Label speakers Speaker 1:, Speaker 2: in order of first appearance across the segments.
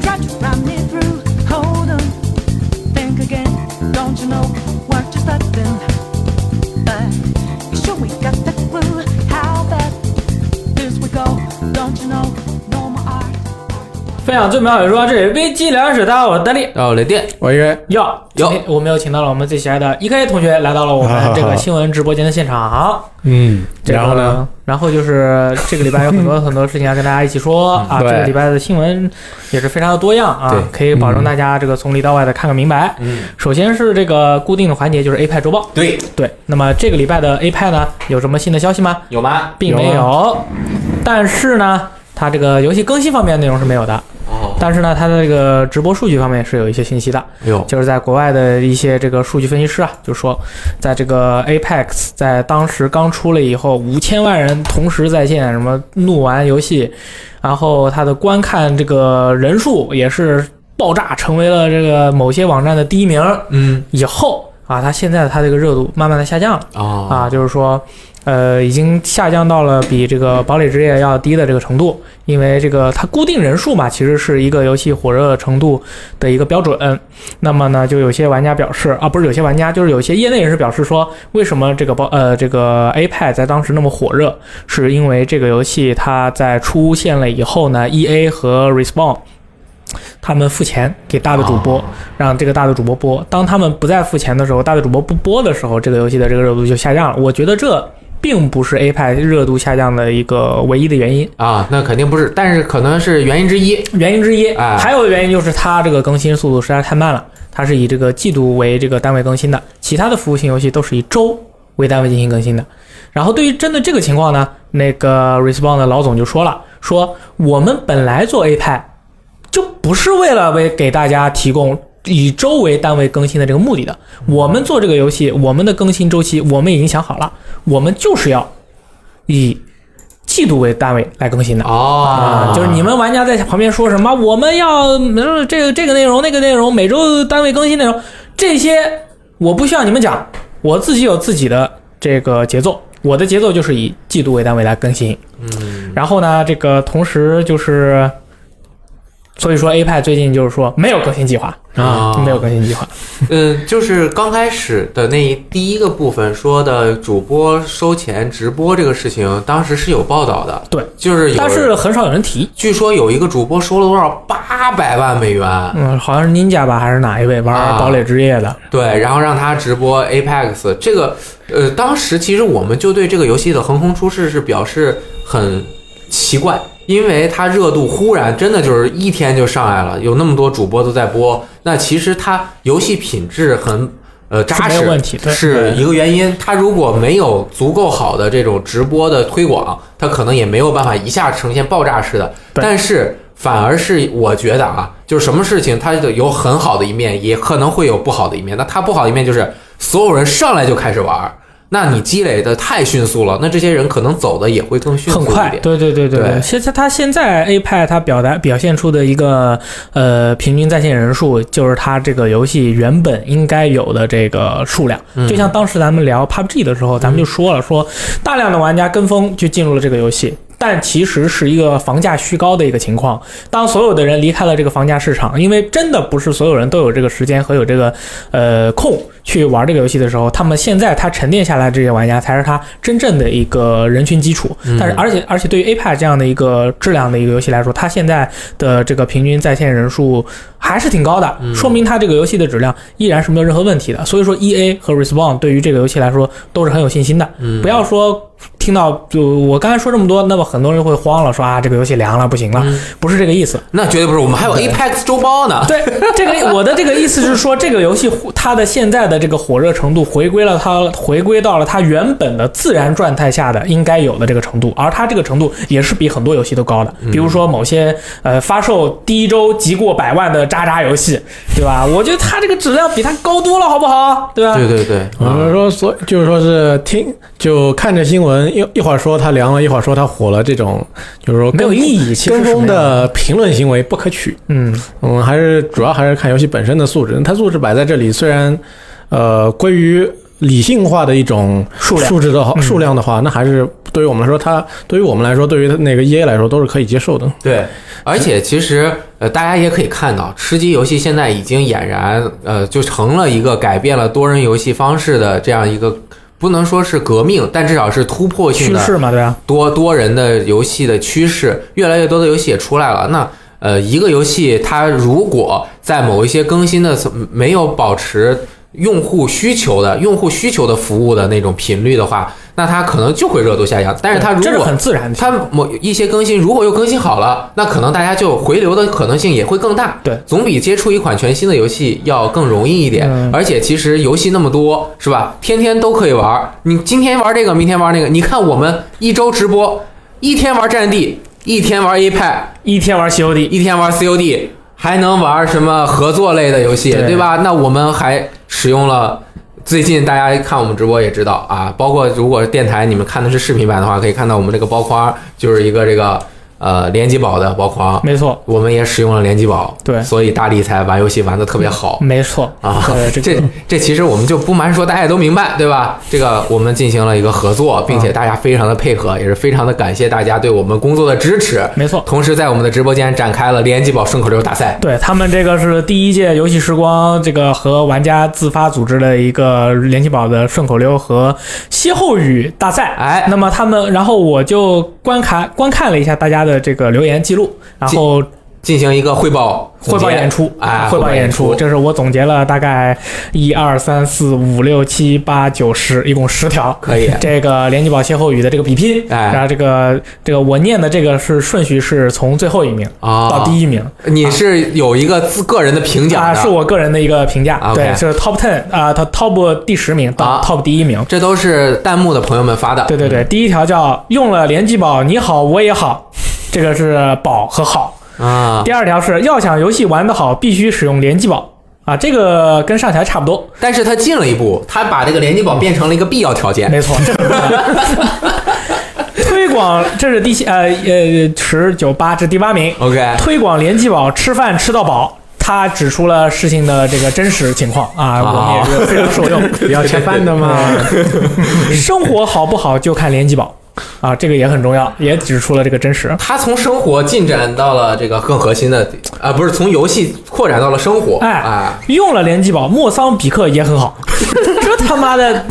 Speaker 1: Try to run me through, hold on, think again. Don't you know what you're starting? But you sure we got the clue how bad this we go. Don't you know? No more art.
Speaker 2: 分享最美好的时光，这里是危机聊天室。大家好，我是大力。
Speaker 3: 到了店，
Speaker 4: 我应该
Speaker 2: 哟
Speaker 3: 哟，
Speaker 2: 今天我们又请到了我们最喜爱的 E K 同学来到了我们这个新闻直播间的现场。
Speaker 4: 嗯，
Speaker 2: 这个
Speaker 4: 然后呢？？
Speaker 2: 然后就是这个礼拜有很多很多事情要跟大家一起说啊。这
Speaker 4: 嗯对
Speaker 2: 个礼拜的新闻也是非常的多样啊
Speaker 3: 对，
Speaker 2: 可以保证大家这个从里到外的看个明白。
Speaker 3: 嗯，
Speaker 2: 首先是这个固定的环节，就是 A 派周报。
Speaker 3: 对，
Speaker 2: 对，那么这个礼拜的 A 派呢，有什么新的消息吗？
Speaker 3: 有吗？
Speaker 2: 并没
Speaker 4: 有啊
Speaker 2: 有，但是呢，它这个游戏更新方面的内容是没有的，
Speaker 3: 哦，
Speaker 2: 但是呢，它的这个直播数据方面是有一些信息的。
Speaker 3: 哎呦，
Speaker 2: 就是在国外的一些这个数据分析师啊，就说，在这个 Apex 在当时刚出了以后，五千万人同时在线，什么怒玩游戏，然后它的观看这个人数也是爆炸，成为了这个某些网站的第一名。
Speaker 3: 嗯，
Speaker 2: 以后啊，它现在它这个热度慢慢的下降了
Speaker 3: 哦，
Speaker 2: 啊，就是说。呃，已经下降到了比这个堡垒之夜要低的这个程度，因为这个它固定人数嘛，其实是一个游戏火热程度的一个标准。那么呢，就有些玩家表示啊，不是有些玩家，就是有些业内人士表示说，为什么这个包呃这个 A p e 在当时那么火热，是因为这个游戏它在出现了以后呢，E A 和 Respawn。他们付钱给大的主播，让这个大的主播播。当他们不再付钱的时候，大的主播不播的时候，这个游戏的这个热度就下降了。我觉得这并不是 A p e 热度下降的一个唯一的原因，
Speaker 3: 啊，那肯定不是，但是可能是原因之一。
Speaker 2: 原因之一，
Speaker 3: 哎
Speaker 2: 还有的原因就是它这个更新速度实在太慢了，它是以这个季度为这个单位更新的，其他的服务型游戏都是以周为单位进行更新的。然后对于针对这个情况呢，那个 Respawn 的老总就说了，说我们本来做 A 派就不是为了为给大家提供。以周为单位更新的这个目的的，我们做这个游戏，我们的更新周期我们已经想好了，我们就是要以季度为单位来更新的。
Speaker 3: 哦
Speaker 2: 啊，，就是你们玩家在旁边说什么，我们要呃这个这个内容那个内容，每周单位更新内容，这些我不需要你们讲，我自己有自己的这个节奏，我的节奏就是以季度为单位来更新。嗯，然后呢，这个同时就是，所以说 A 派最近就是说没有更新计划
Speaker 3: 啊
Speaker 2: 没有更新计划，
Speaker 3: 嗯，就是刚开始的那一第一个部分说的主播收钱直播这个事情，当时是有报道的，
Speaker 2: 对，
Speaker 3: 就是有，
Speaker 2: 但是很少有人提。
Speaker 3: 据说有一个主播收了多少八百万美元，
Speaker 2: 嗯，好像是 Ninja 吧，还是哪一位玩
Speaker 3: 啊
Speaker 2: 堡垒之夜的？
Speaker 3: 对，然后让他直播 Apex 这个，呃，当时其实我们就对这个游戏的横空出世是表示很奇怪，因为它热度忽然真的就是一天就上来了，有那么多主播都在播，那其实它游戏品质很。呃，扎
Speaker 2: 是
Speaker 3: 实
Speaker 2: 没有问题对
Speaker 3: 是一个原因。它如果没有足够好的这种直播的推广，它可能也没有办法一下呈现爆炸式的。
Speaker 2: 对
Speaker 3: 但是反而是我觉得啊，就是什么事情它的有很好的一面，也可能会有不好的一面。那它不好的一面就是所有人上来就开始玩儿，那你积累的太迅速了，那这些人可能走的也会更迅速
Speaker 2: 很
Speaker 3: 一
Speaker 2: 快，
Speaker 3: 点。
Speaker 2: 对对对对
Speaker 3: 对
Speaker 2: 现在他现在 A 派他表达表现出的一个呃平均在线人数，就是他这个游戏原本应该有的这个数量。
Speaker 3: 嗯
Speaker 2: 就像当时咱们聊 PUBG 的时候，咱们就说了，说大量的玩家跟风就进入了这个游戏。但其实是一个房价虚高的一个情况。当所有的人离开了这个房价市场，因为真的不是所有人都有这个时间和有这个呃空去玩这个游戏的时候，他们现在他沉淀下来这些玩家才是他真正的一个人群基础。
Speaker 3: 嗯
Speaker 2: 但是而且而且对于 A p e 这样的一个质量的一个游戏来说，它现在的这个平均在线人数还是挺高的，
Speaker 3: 嗯
Speaker 2: 说明它这个游戏的质量依然是没有任何问题的。所以说 E A 和 Respawn 对于这个游戏来说都是很有信心的。
Speaker 3: 嗯
Speaker 2: 不要说听到就我刚才说这么多，那么很多人会慌了，说啊这个游戏凉了，不行了，
Speaker 3: 嗯
Speaker 2: 不是这个意思。
Speaker 3: 那绝对不是，我们还有 Apex 周报 呢。
Speaker 2: 对，这个我的这个意思是说，这个游戏它的现在的这个火热程度回归了它回归到了它原本的自然状态下的应该有的这个程度，而它这个程度也是比很多游戏都高的，比如说某些呃发售第一周即过百万的渣渣游戏，对吧？我觉得它这个质量比它高多了，好不好？对吧？嗯
Speaker 3: 对对对，
Speaker 4: 我们说，所就是说是听就看着新闻一一会儿说它凉了，一会儿说它火了，这种就是说
Speaker 2: 没有意义，其实
Speaker 4: 跟
Speaker 2: 是
Speaker 4: 风
Speaker 2: 没有
Speaker 4: 的评论行为不可取。
Speaker 2: 嗯
Speaker 4: 嗯，还是主要还是看游戏本身的素质。它素质摆在这里，虽然呃归于理性化的一种
Speaker 2: 数量
Speaker 4: 数值的好
Speaker 2: 嗯
Speaker 4: 数量的话，那还是对于我们来说，它对于我们来说，对于那个 EA 来说都是可以接受的。
Speaker 3: 对，而且其实呃，大家也可以看到，吃鸡游戏现在已经俨然呃，就成了一个改变了多人游戏方式的这样一个，不能说是革命，但至少是突破性
Speaker 2: 趋
Speaker 3: 的
Speaker 2: 势嘛，对啊，
Speaker 3: 多多人的游戏的趋势，越来越多的游戏也出来了。那呃，一个游戏它如果在某一些更新的没有保持用户需求的用户需求的服务的那种频率的话，那它可能就会热度下降。但是它如
Speaker 2: 这是
Speaker 3: 果
Speaker 2: 很自然的。
Speaker 3: 它某一些更新如果又更新好了，那可能大家就回流的可能性也会更大。
Speaker 2: 对，
Speaker 3: 总比接触一款全新的游戏要更容易一点。
Speaker 2: 嗯
Speaker 3: 而且其实游戏那么多，是吧？天天都可以玩儿，你今天玩这个，明天玩那个。你看我们一周直播，一天玩战地，一天玩 A 派，
Speaker 2: 一天玩 COD，
Speaker 3: 一天玩 COD，还能玩什么合作类的游戏，
Speaker 2: 对
Speaker 3: 对吧？那我们还使用了。最近大家看我们直播也知道啊，包括如果电台你们看的是视频版的话，可以看到我们这个包框就是一个这个呃联机宝的包框，
Speaker 2: 没错，
Speaker 3: 我们也使用了联机宝，
Speaker 2: 对
Speaker 3: 所以大力才玩游戏玩的特别好。
Speaker 2: 没错
Speaker 3: 啊
Speaker 2: 呃，这
Speaker 3: 这
Speaker 2: 个
Speaker 3: 这其实我们就不瞒说，大家也都明白，对吧？这个我们进行了一个合作，并
Speaker 2: 嗯
Speaker 3: 且大家非常的配合，也是非常的感谢大家对我们工作的支持。
Speaker 2: 没错。
Speaker 3: 同时在我们的直播间展开了联机宝顺口溜大赛。
Speaker 2: 对他们这个是第一届游戏时光这个和玩家自发组织的一个联机宝的顺口溜和歇后语大赛。
Speaker 3: 哎
Speaker 2: 那么他们，然后我就观看观看了一下大家的这个留言记录，然后
Speaker 3: 进行一个汇报
Speaker 2: 汇报演出
Speaker 3: 啊，
Speaker 2: 汇报演
Speaker 3: 出，
Speaker 2: 这是我总结了大概一二三四五六七八九十，一共十条。
Speaker 3: 可以
Speaker 2: 这个连击宝歇后语的这个比拼，
Speaker 3: 哎
Speaker 2: 然后这个这个我念的这个是顺序是从最后一名
Speaker 3: 啊。
Speaker 2: 到第一名，
Speaker 3: 你是有一个自个人的评奖
Speaker 2: 啊，
Speaker 3: 的，
Speaker 2: 是我个人的一个评价，
Speaker 3: 啊
Speaker 2: 对，
Speaker 3: OK
Speaker 2: 是 top ten 啊、它 top 第十名到
Speaker 3: 啊嗯
Speaker 2: top 第一名。
Speaker 3: 这都是弹幕的朋友们发的。
Speaker 2: 对对对，第一条叫用了连击宝，你好我也 好，这个是宝和好。
Speaker 3: 啊，
Speaker 2: 第二条是要想游戏玩得好，必须使用连击宝啊，这个跟上条差不多，
Speaker 3: 但是他进了一步，他把这个联机宝变成了一个必要条件。
Speaker 2: 没 错。 这个推广这是第七呃呃十九八这是第八名，
Speaker 3: OK，
Speaker 2: 推广连记宝，吃饭吃到饱。他指出了事情的这个真实情况啊，
Speaker 3: 好
Speaker 2: 我们也觉得非常受用。
Speaker 4: 不 要吃饭的嘛，
Speaker 2: 生活好不好就看连记宝啊，这个也很重要，也指出了这个真实。
Speaker 3: 他从生活进展到了这个更核心的啊、不是从游戏扩展到了生活。
Speaker 2: 哎
Speaker 3: 啊，
Speaker 2: 用了连记宝，莫桑比克也很好。 这他妈的，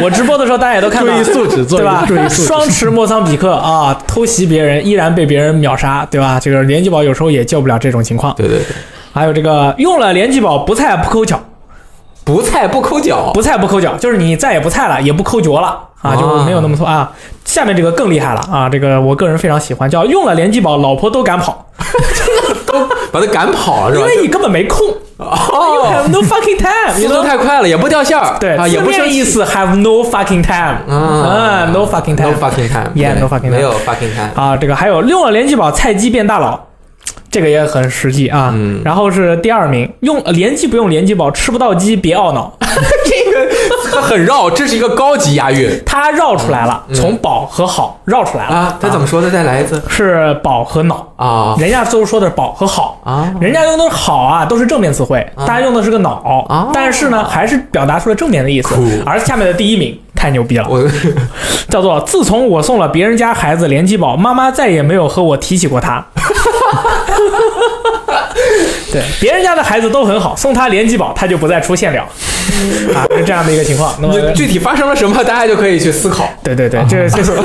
Speaker 2: 我直播的时候大家也都 看
Speaker 4: 注
Speaker 2: 到
Speaker 4: 意
Speaker 2: 了，
Speaker 4: 素质，做
Speaker 2: 对吧？
Speaker 4: 注意素质。
Speaker 2: 双持莫桑比克啊，偷袭别人依然被别人秒杀，对吧？这个连记宝有时候也救不了这种情况。
Speaker 3: 对对对，
Speaker 2: 还有这个用了连记宝，不菜不抠脚。
Speaker 3: 不菜不抠脚。
Speaker 2: 不菜不抠脚，就是你再也不菜了，也不抠脚了啊，
Speaker 3: 啊
Speaker 2: 就是没有那么错啊。下面这个更厉害了啊，这个我个人非常喜欢，叫用了连击宝，老婆都敢跑，
Speaker 3: 把他赶跑了是
Speaker 2: 因
Speaker 3: 吧？
Speaker 2: 为你根本没空，you
Speaker 3: 哦，
Speaker 2: have no fucking time，你
Speaker 3: 速度
Speaker 2: 都
Speaker 3: 太快了，也不掉线儿，
Speaker 2: 对
Speaker 3: 啊，也不
Speaker 2: 字
Speaker 3: 生
Speaker 2: 面
Speaker 3: 气
Speaker 2: 意思 have no fucking time
Speaker 3: 啊
Speaker 2: ，no fucking
Speaker 3: No
Speaker 2: time
Speaker 3: fucking time.
Speaker 2: Yeah,
Speaker 3: 对
Speaker 2: no fucking time.
Speaker 3: 没有 fucking time.
Speaker 2: 啊，这个还有用了连击宝，菜鸡变大佬。这个也很实际啊，
Speaker 3: 嗯
Speaker 2: 然后是第二名，用连击不用连击宝，吃不到鸡别懊恼，
Speaker 3: 这个它很绕，这是一个高级押韵
Speaker 2: 他绕出来了，从宝和好绕出来了
Speaker 3: 啊！他怎么说的？再来一次
Speaker 2: 是宝和脑，
Speaker 3: 啊
Speaker 2: 人家都说的是宝和好
Speaker 3: 啊
Speaker 2: 人家用的是好啊，哦都是正面词汇，大家用的是个脑，
Speaker 3: 啊
Speaker 2: 但是呢，还是表达出了正面的意思
Speaker 3: Cool。
Speaker 2: 而下面的第一名太牛逼了，
Speaker 3: 我
Speaker 2: 叫做“自从我送了别人家孩子连击宝，妈妈再也没有和我提起过他。” 对，别人家的孩子都很好，送他连击宝，他就不再出现了，啊，是这样的一个情况。那么，
Speaker 3: 具体发生了什么，大家就可以去思考。
Speaker 2: 对对对，这这是。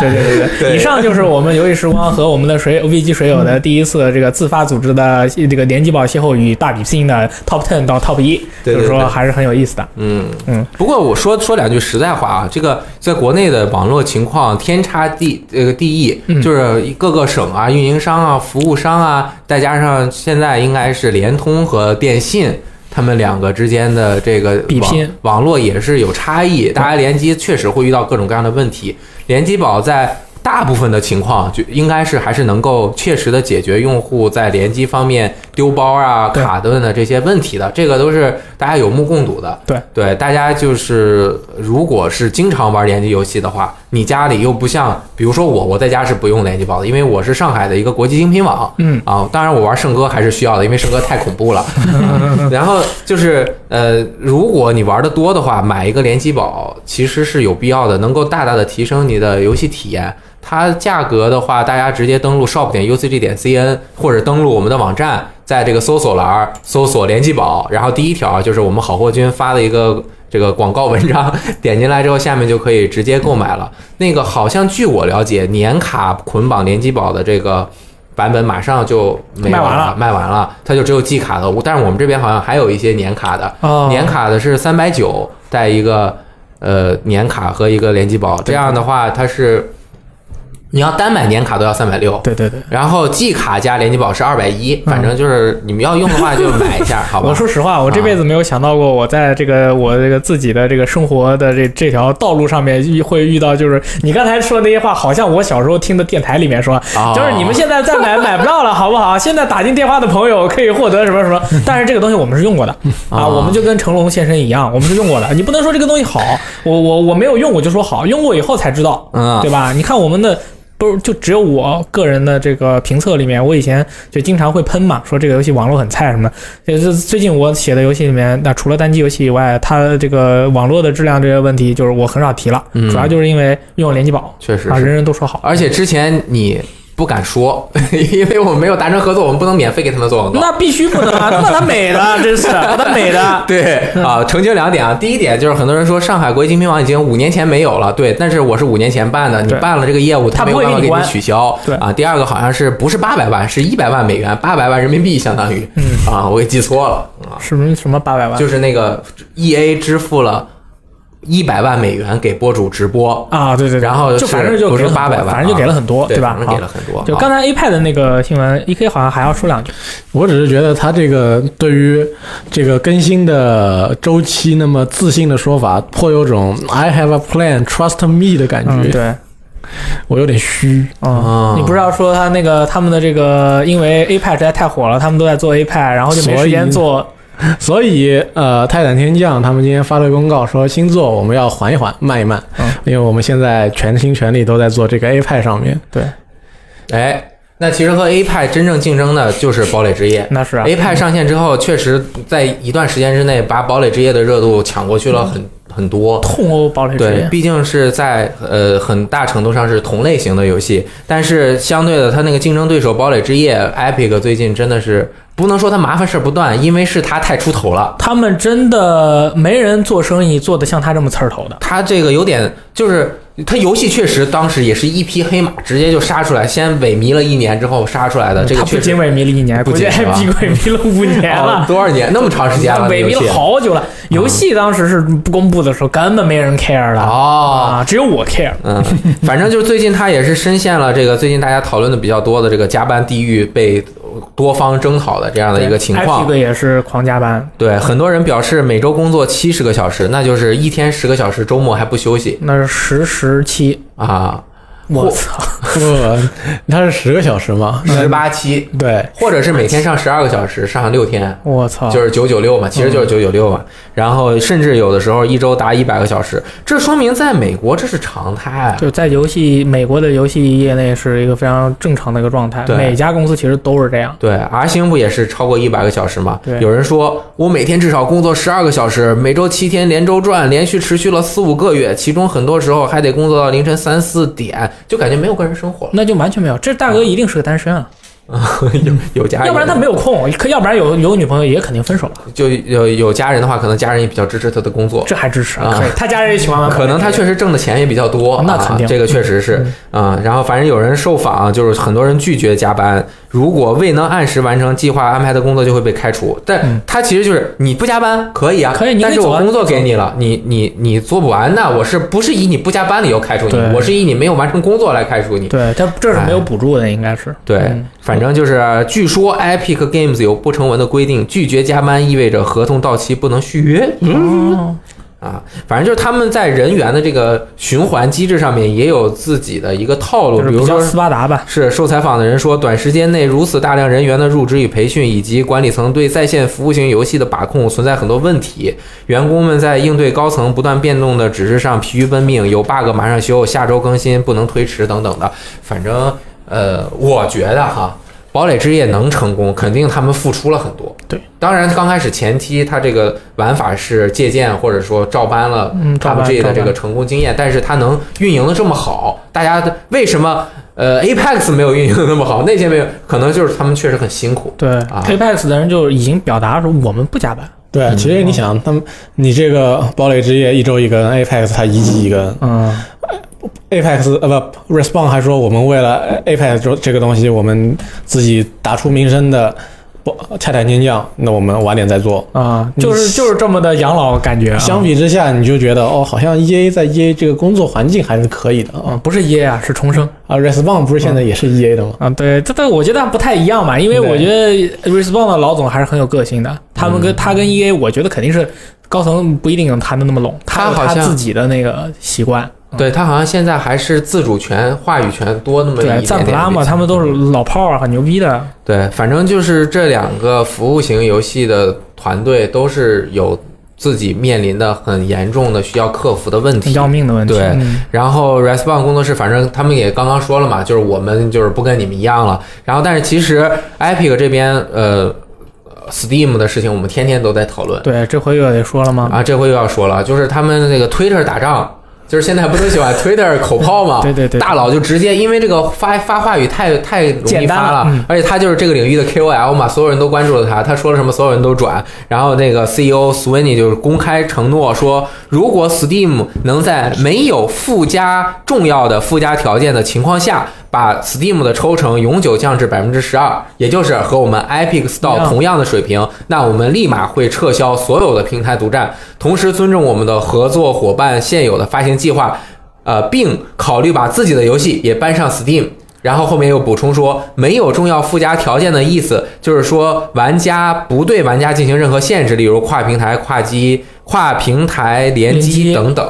Speaker 2: 对对对对，
Speaker 3: 对
Speaker 2: 以上就是我们游戏时光和我们的水危机水友的第一次这个自发组织的这个联机宝邂逅与大比拼的 Top Ten 到 Top 一，
Speaker 3: 对对
Speaker 2: 就是说
Speaker 3: 对
Speaker 2: 还是很有意思的。
Speaker 3: 嗯
Speaker 2: 嗯，
Speaker 3: 不过我说说两句实在话啊，这个在国内的网络情况天差地这个地异，
Speaker 2: 嗯
Speaker 3: 就是各个省啊、运营商啊、服务商啊，再加上现在应该是联通和电信。他们两个之间的这个
Speaker 2: 比
Speaker 3: 网
Speaker 2: 拼
Speaker 3: 网络也是有差异，大家联机确实会遇到各种各样的问题。联机宝在大部分的情况就应该是还是能够切实的解决用户在联机方面丢包啊、
Speaker 2: 对
Speaker 3: 卡顿的这些问题的，这个都是大家有目共睹的。
Speaker 2: 对
Speaker 3: 对，大家就是如果是经常玩联机游戏的话，你家里又不像，比如说我，我在家是不用联机宝的，因为我是上海的一个国际精品网，
Speaker 2: 嗯
Speaker 3: 啊，当然我玩圣歌还是需要的，因为圣歌太恐怖了。然后就是呃，如果你玩的多的话，买一个联机宝其实是有必要的，能够大大的提升你的游戏体验。它价格的话，大家直接登录 shop 点 ucg 点 cn，或者登录我们的网站，在这个搜索栏儿搜索联机宝，然后第一条就是我们好货君发的一个这个广告文章，点进来之后，下面就可以直接购买了。那个好像据我了解，年卡捆绑联机宝的这个版本马上就没有
Speaker 2: 卖完了
Speaker 3: 了，卖完了，它就只有季卡的。我但是我们这边好像还有一些年卡的，
Speaker 2: 哦
Speaker 3: 年卡的是三百九带一个呃年卡和一个联机宝，这样的话它是你要单买年卡都要三百六。
Speaker 2: 对对对，
Speaker 3: 然后季卡加联机宝是二百一，反正就是你们要用的话就买 一下，好吧？啊
Speaker 2: 我说实话，我这辈子没有想到过，我在这个我这个自己的这个生活的这这条道路上面遇会遇到，就是你刚才说的那些话，好像我小时候听的电台里面说，
Speaker 3: 哦
Speaker 2: 就是你们现在再买 买不到了，好不好？现在打进电话的朋友可以获得什么什 么，但是这个东西我们是用过的啊，
Speaker 3: 哦
Speaker 2: 我们就跟成龙先生一样，我们是用过的。你不能说这个东西好，我我我没有用过就说好，用过以后才知道，
Speaker 3: 嗯
Speaker 2: 对吧？你看我们的。不是，就只有我个人的这个评测里面，我以前就经常会喷嘛，说这个游戏网络很菜什么的。就是最近我写的游戏里面，那除了单机游戏以外，它这个网络的质量这些问题，就是我很少提了，
Speaker 3: 嗯
Speaker 2: 主要就是因为用联机宝
Speaker 3: 确实
Speaker 2: 啊，
Speaker 3: 是
Speaker 2: 人人都说好。
Speaker 3: 而且之前你不敢说， 因为我们没有达成合作，我们不能免费给他们做广告。
Speaker 2: 那必须不能啊！那它美的，真是 把它美的。
Speaker 3: 对啊，澄清两点啊。第一点就是很多人说上海国际精品网已经五年前没有了，对，但是我是五年前办的，你
Speaker 2: 对
Speaker 3: 办了这个业务，
Speaker 2: 他
Speaker 3: 没有
Speaker 2: 不会
Speaker 3: 办法
Speaker 2: 给
Speaker 3: 给
Speaker 2: 你关
Speaker 3: 取消。
Speaker 2: 对
Speaker 3: 啊，第二个好像是不是八百万，是一百万美元，八百万人民币相当
Speaker 2: 嗯
Speaker 3: 于。啊，我给记错了啊，
Speaker 2: 什么什么八百万？
Speaker 3: 就是那个 E A 支付了一百万美元给播主直播，
Speaker 2: 啊，对对对，
Speaker 3: 然后
Speaker 2: 就是反正就
Speaker 3: 不
Speaker 2: 给
Speaker 3: 是
Speaker 2: 了很
Speaker 3: 八
Speaker 2: 多
Speaker 3: 百万，
Speaker 2: 反正就给了很多，
Speaker 3: 啊对
Speaker 2: 吧？
Speaker 3: 反正给了很多
Speaker 2: 好。就
Speaker 3: 啊
Speaker 2: 刚才 A pad 的那个新闻，E K 好像还要说两句。
Speaker 4: 我只是觉得它这个对于这个更新的周期那么自信的说法，颇有种 I have a plan, trust me 的感
Speaker 2: 嗯，
Speaker 4: 觉，
Speaker 2: 对，
Speaker 4: 我有点虚。
Speaker 3: 啊
Speaker 2: 嗯，你不是要说他那个他们的这个，因为 A pad 实在太火了，他们都在做 A pad，然后就没时
Speaker 4: 所
Speaker 2: 间
Speaker 4: 以
Speaker 2: 做。
Speaker 4: 所以，呃，泰坦天降他们今天发了公告说，新作我们要缓一缓，慢一慢，
Speaker 2: 嗯
Speaker 4: 因为我们现在全心全力都在做这个 A 派上面。
Speaker 2: 对，
Speaker 3: 哎，那其实和 A 派真正竞争的就是堡垒之夜。
Speaker 2: 那是啊。
Speaker 3: A 派上线之后，确实在一段时间之内把堡垒之夜的热度抢过去了
Speaker 2: 嗯
Speaker 3: 很很多。
Speaker 2: 痛殴堡垒之
Speaker 3: 对，
Speaker 2: 夜，
Speaker 3: 毕竟是在呃很大程度上是同类型的游戏，但是相对的，它那个竞争对手堡垒之夜，Epic 最近真的是不能说它麻烦事儿不断，因为是它太出头了。
Speaker 2: 他们真的没人做生意做得像他这么刺儿头的。
Speaker 3: 它这个有点就是。它游戏确实当时也是一匹黑马，直接就杀出来，先萎靡了一年之后杀出来的，这个
Speaker 2: 他不
Speaker 3: 确实
Speaker 2: 仅萎靡了一年，
Speaker 3: 不
Speaker 2: 估计
Speaker 3: 仅是
Speaker 2: 还
Speaker 3: 吧
Speaker 2: 比萎靡了五年啊
Speaker 3: 哦
Speaker 2: 了。
Speaker 3: 多少年那么长时间了，
Speaker 2: 萎
Speaker 3: 那游
Speaker 2: 靡
Speaker 3: 戏
Speaker 2: 了好久了。游戏当时是不公布的时候，根本没人 care 了
Speaker 3: 哦，
Speaker 2: 啊，只有我 care。
Speaker 3: 嗯，反正就是最近他也是深陷了这个最近大家讨论的比较多的这个加班地狱被多方征讨的这样的一个情况
Speaker 2: Epic。也是狂加班，
Speaker 3: 对，很多人表示每周工作七十个小时，那就是一天十个小时，周末还不休息
Speaker 2: 那是十十七，
Speaker 3: 啊，
Speaker 2: 我操，
Speaker 4: 不，它是十个小时嘛？
Speaker 3: 十八期，
Speaker 2: 嗯
Speaker 4: 对，
Speaker 3: 或者是每天上十二个小时，上六天。
Speaker 2: 我操，
Speaker 3: 就是九九六嘛，其实就是九九六嘛，然后甚至有的时候一周达一百个小时，这说明在美国这是常态啊。
Speaker 2: 就在游戏美国的游戏业内是一个非常正常的一个状态，
Speaker 3: 对
Speaker 2: 每家公司其实都是这样。
Speaker 3: 对，R 星不也是超过一百个小时吗？
Speaker 2: 对
Speaker 3: 有人说我每天至少工作十二个小时，每周七天连轴转，连续持续了四五个月，其中很多时候还得工作到凌晨三四点，就感觉没有个人生活了。
Speaker 2: 那就完全没有，这大哥一定是个单身啊，
Speaker 3: 有有家人，
Speaker 2: 要不然他没有空，可要不然有有女朋友也肯定分手了，
Speaker 3: 就有有家人的话，可能家人也比较支持他的工作。
Speaker 2: 这还支持
Speaker 3: 啊
Speaker 2: 可以，他家人也喜欢玩，
Speaker 3: 可能他确实挣的钱也比较多，
Speaker 2: 那肯定嗯
Speaker 3: 啊、这个确实是啊、然后反正有人受访，啊就是很多人拒绝加班，如果未能按时完成计划安排的工作，就会被开除。但他其实就是你不加班可以啊，
Speaker 2: 嗯可以你可以
Speaker 3: 但是
Speaker 2: 走
Speaker 3: 我
Speaker 2: 啊
Speaker 3: 工作
Speaker 2: 走
Speaker 3: 给你了，你你你做不完，那我是不是以你不加班理由开除你
Speaker 2: 对？
Speaker 3: 我是以你没有完成工作来开除你。
Speaker 2: 对他嗯这是没有补助的，应该是
Speaker 3: 对，反正就是，据说 Epic Games 有不成文的规定，拒绝加班意味着合同到期不能续约。
Speaker 2: 嗯，
Speaker 3: 啊，反正就是他们在人员的这个循环机制上面也有自己的一个套路，
Speaker 2: 就
Speaker 3: 比
Speaker 2: 是
Speaker 3: 如
Speaker 2: 比较
Speaker 3: 说
Speaker 2: 斯巴达吧。
Speaker 3: 是受采访的人说，短时间内如此大量人员的入职与培训，以及管理层对在线服务型游戏的把控存在很多问题。员工们在应对高层不断变动的指示上疲于奔命，有 bug 马上修，下周更新不能推迟等等的。反正呃，我觉得哈，堡垒之夜能成功，肯定他们付出了很多。
Speaker 4: 对，
Speaker 3: 当然刚开始前期他这个玩法是借鉴或者说照搬了
Speaker 2: 嗯照搬
Speaker 3: PUBG
Speaker 2: 照
Speaker 3: 的
Speaker 2: 搬
Speaker 3: 这个成功经验，但是它能运营的这么好，大家的为什么呃 Apex 没有运营的那么好，那些没有，可能就是他们确实很辛苦。
Speaker 2: 对、
Speaker 3: 啊
Speaker 2: a p e x 的人就已经表达说我们不加班，
Speaker 4: 对，其实你想，他们你这个《堡垒之夜》一周一根，Apex 它一季一根
Speaker 2: 嗯，
Speaker 4: ，Apex 呃不，Respawn 还说我们为了 Apex 这这个东西，我们自己打出名声的不恰坦金将，那我们晚点再做。
Speaker 2: 啊，就是
Speaker 4: 你
Speaker 2: 就是这么的养老感觉、啊。
Speaker 4: 相比之下，你就觉得哦，好像 E A 在 E A 这个工作环境还是可以的啊
Speaker 2: 嗯，不是耶啊，是重生
Speaker 4: 啊，Respawn 不是现在也是 E A 的吗？
Speaker 2: 啊。对，这但我觉得不太一样嘛，因为
Speaker 4: 对
Speaker 2: 我觉得 Respawn 的老总还是很有个性的，他
Speaker 3: 嗯
Speaker 2: 们跟、他跟 EA，我觉得肯定是高层不一定能谈的那么拢，
Speaker 3: 他
Speaker 2: 有
Speaker 3: 好
Speaker 2: 他
Speaker 3: 像
Speaker 2: 自己的那个习惯。
Speaker 3: 对他好像现在还是自主权、话语权多那么一点
Speaker 2: 对，
Speaker 3: 点。
Speaker 2: 赞普拉嘛，他们都是老炮儿啊，很牛逼的。
Speaker 3: 对，反正就是这两个服务型游戏的团队都是有自己面临的很严重的需要克服的问
Speaker 2: 挺
Speaker 3: 题。
Speaker 2: 要命的问题。
Speaker 3: 对
Speaker 2: 嗯
Speaker 3: 然后 Respawn 工作室，反正他们也刚刚说了嘛，就是我们就是不跟你们一样了。然后，但是其实 Epic 这边，呃，Steam 的事情我们天天都在讨论
Speaker 2: 对，这回又得说了吗？
Speaker 3: 啊，这回又要说了，就是他们那个 Twitter 打仗，就是现在不都喜欢 Twitter 口炮 嘛？
Speaker 2: 对对对
Speaker 3: 大佬就直接因为这个发发话语太太容易
Speaker 2: 简单
Speaker 3: 发
Speaker 2: 了嗯
Speaker 3: 而且他就是这个领域的 KOL 嘛，所有人都关注了他，他说了什么所有人都转。然后那个 CEO Sweeney 就是公开承诺说，如果 Steam 能在没有附加重要的附加条件的情况下，把 Steam 的抽成永久降至百分之十二，也就是和我们 Epic
Speaker 2: 一
Speaker 3: Store
Speaker 2: 样
Speaker 3: 同样的水平，那我们立马会撤销所有的平台独占，同时尊重我们的合作伙伴现有的发行计划，呃，并考虑把自己的游戏也搬上 Steam。然后后面又补充说，没有重要附加条件的意思，就是说玩家不对玩家进行任何限制，例如跨平台、跨机、跨平台联
Speaker 2: 联机
Speaker 3: 机等等。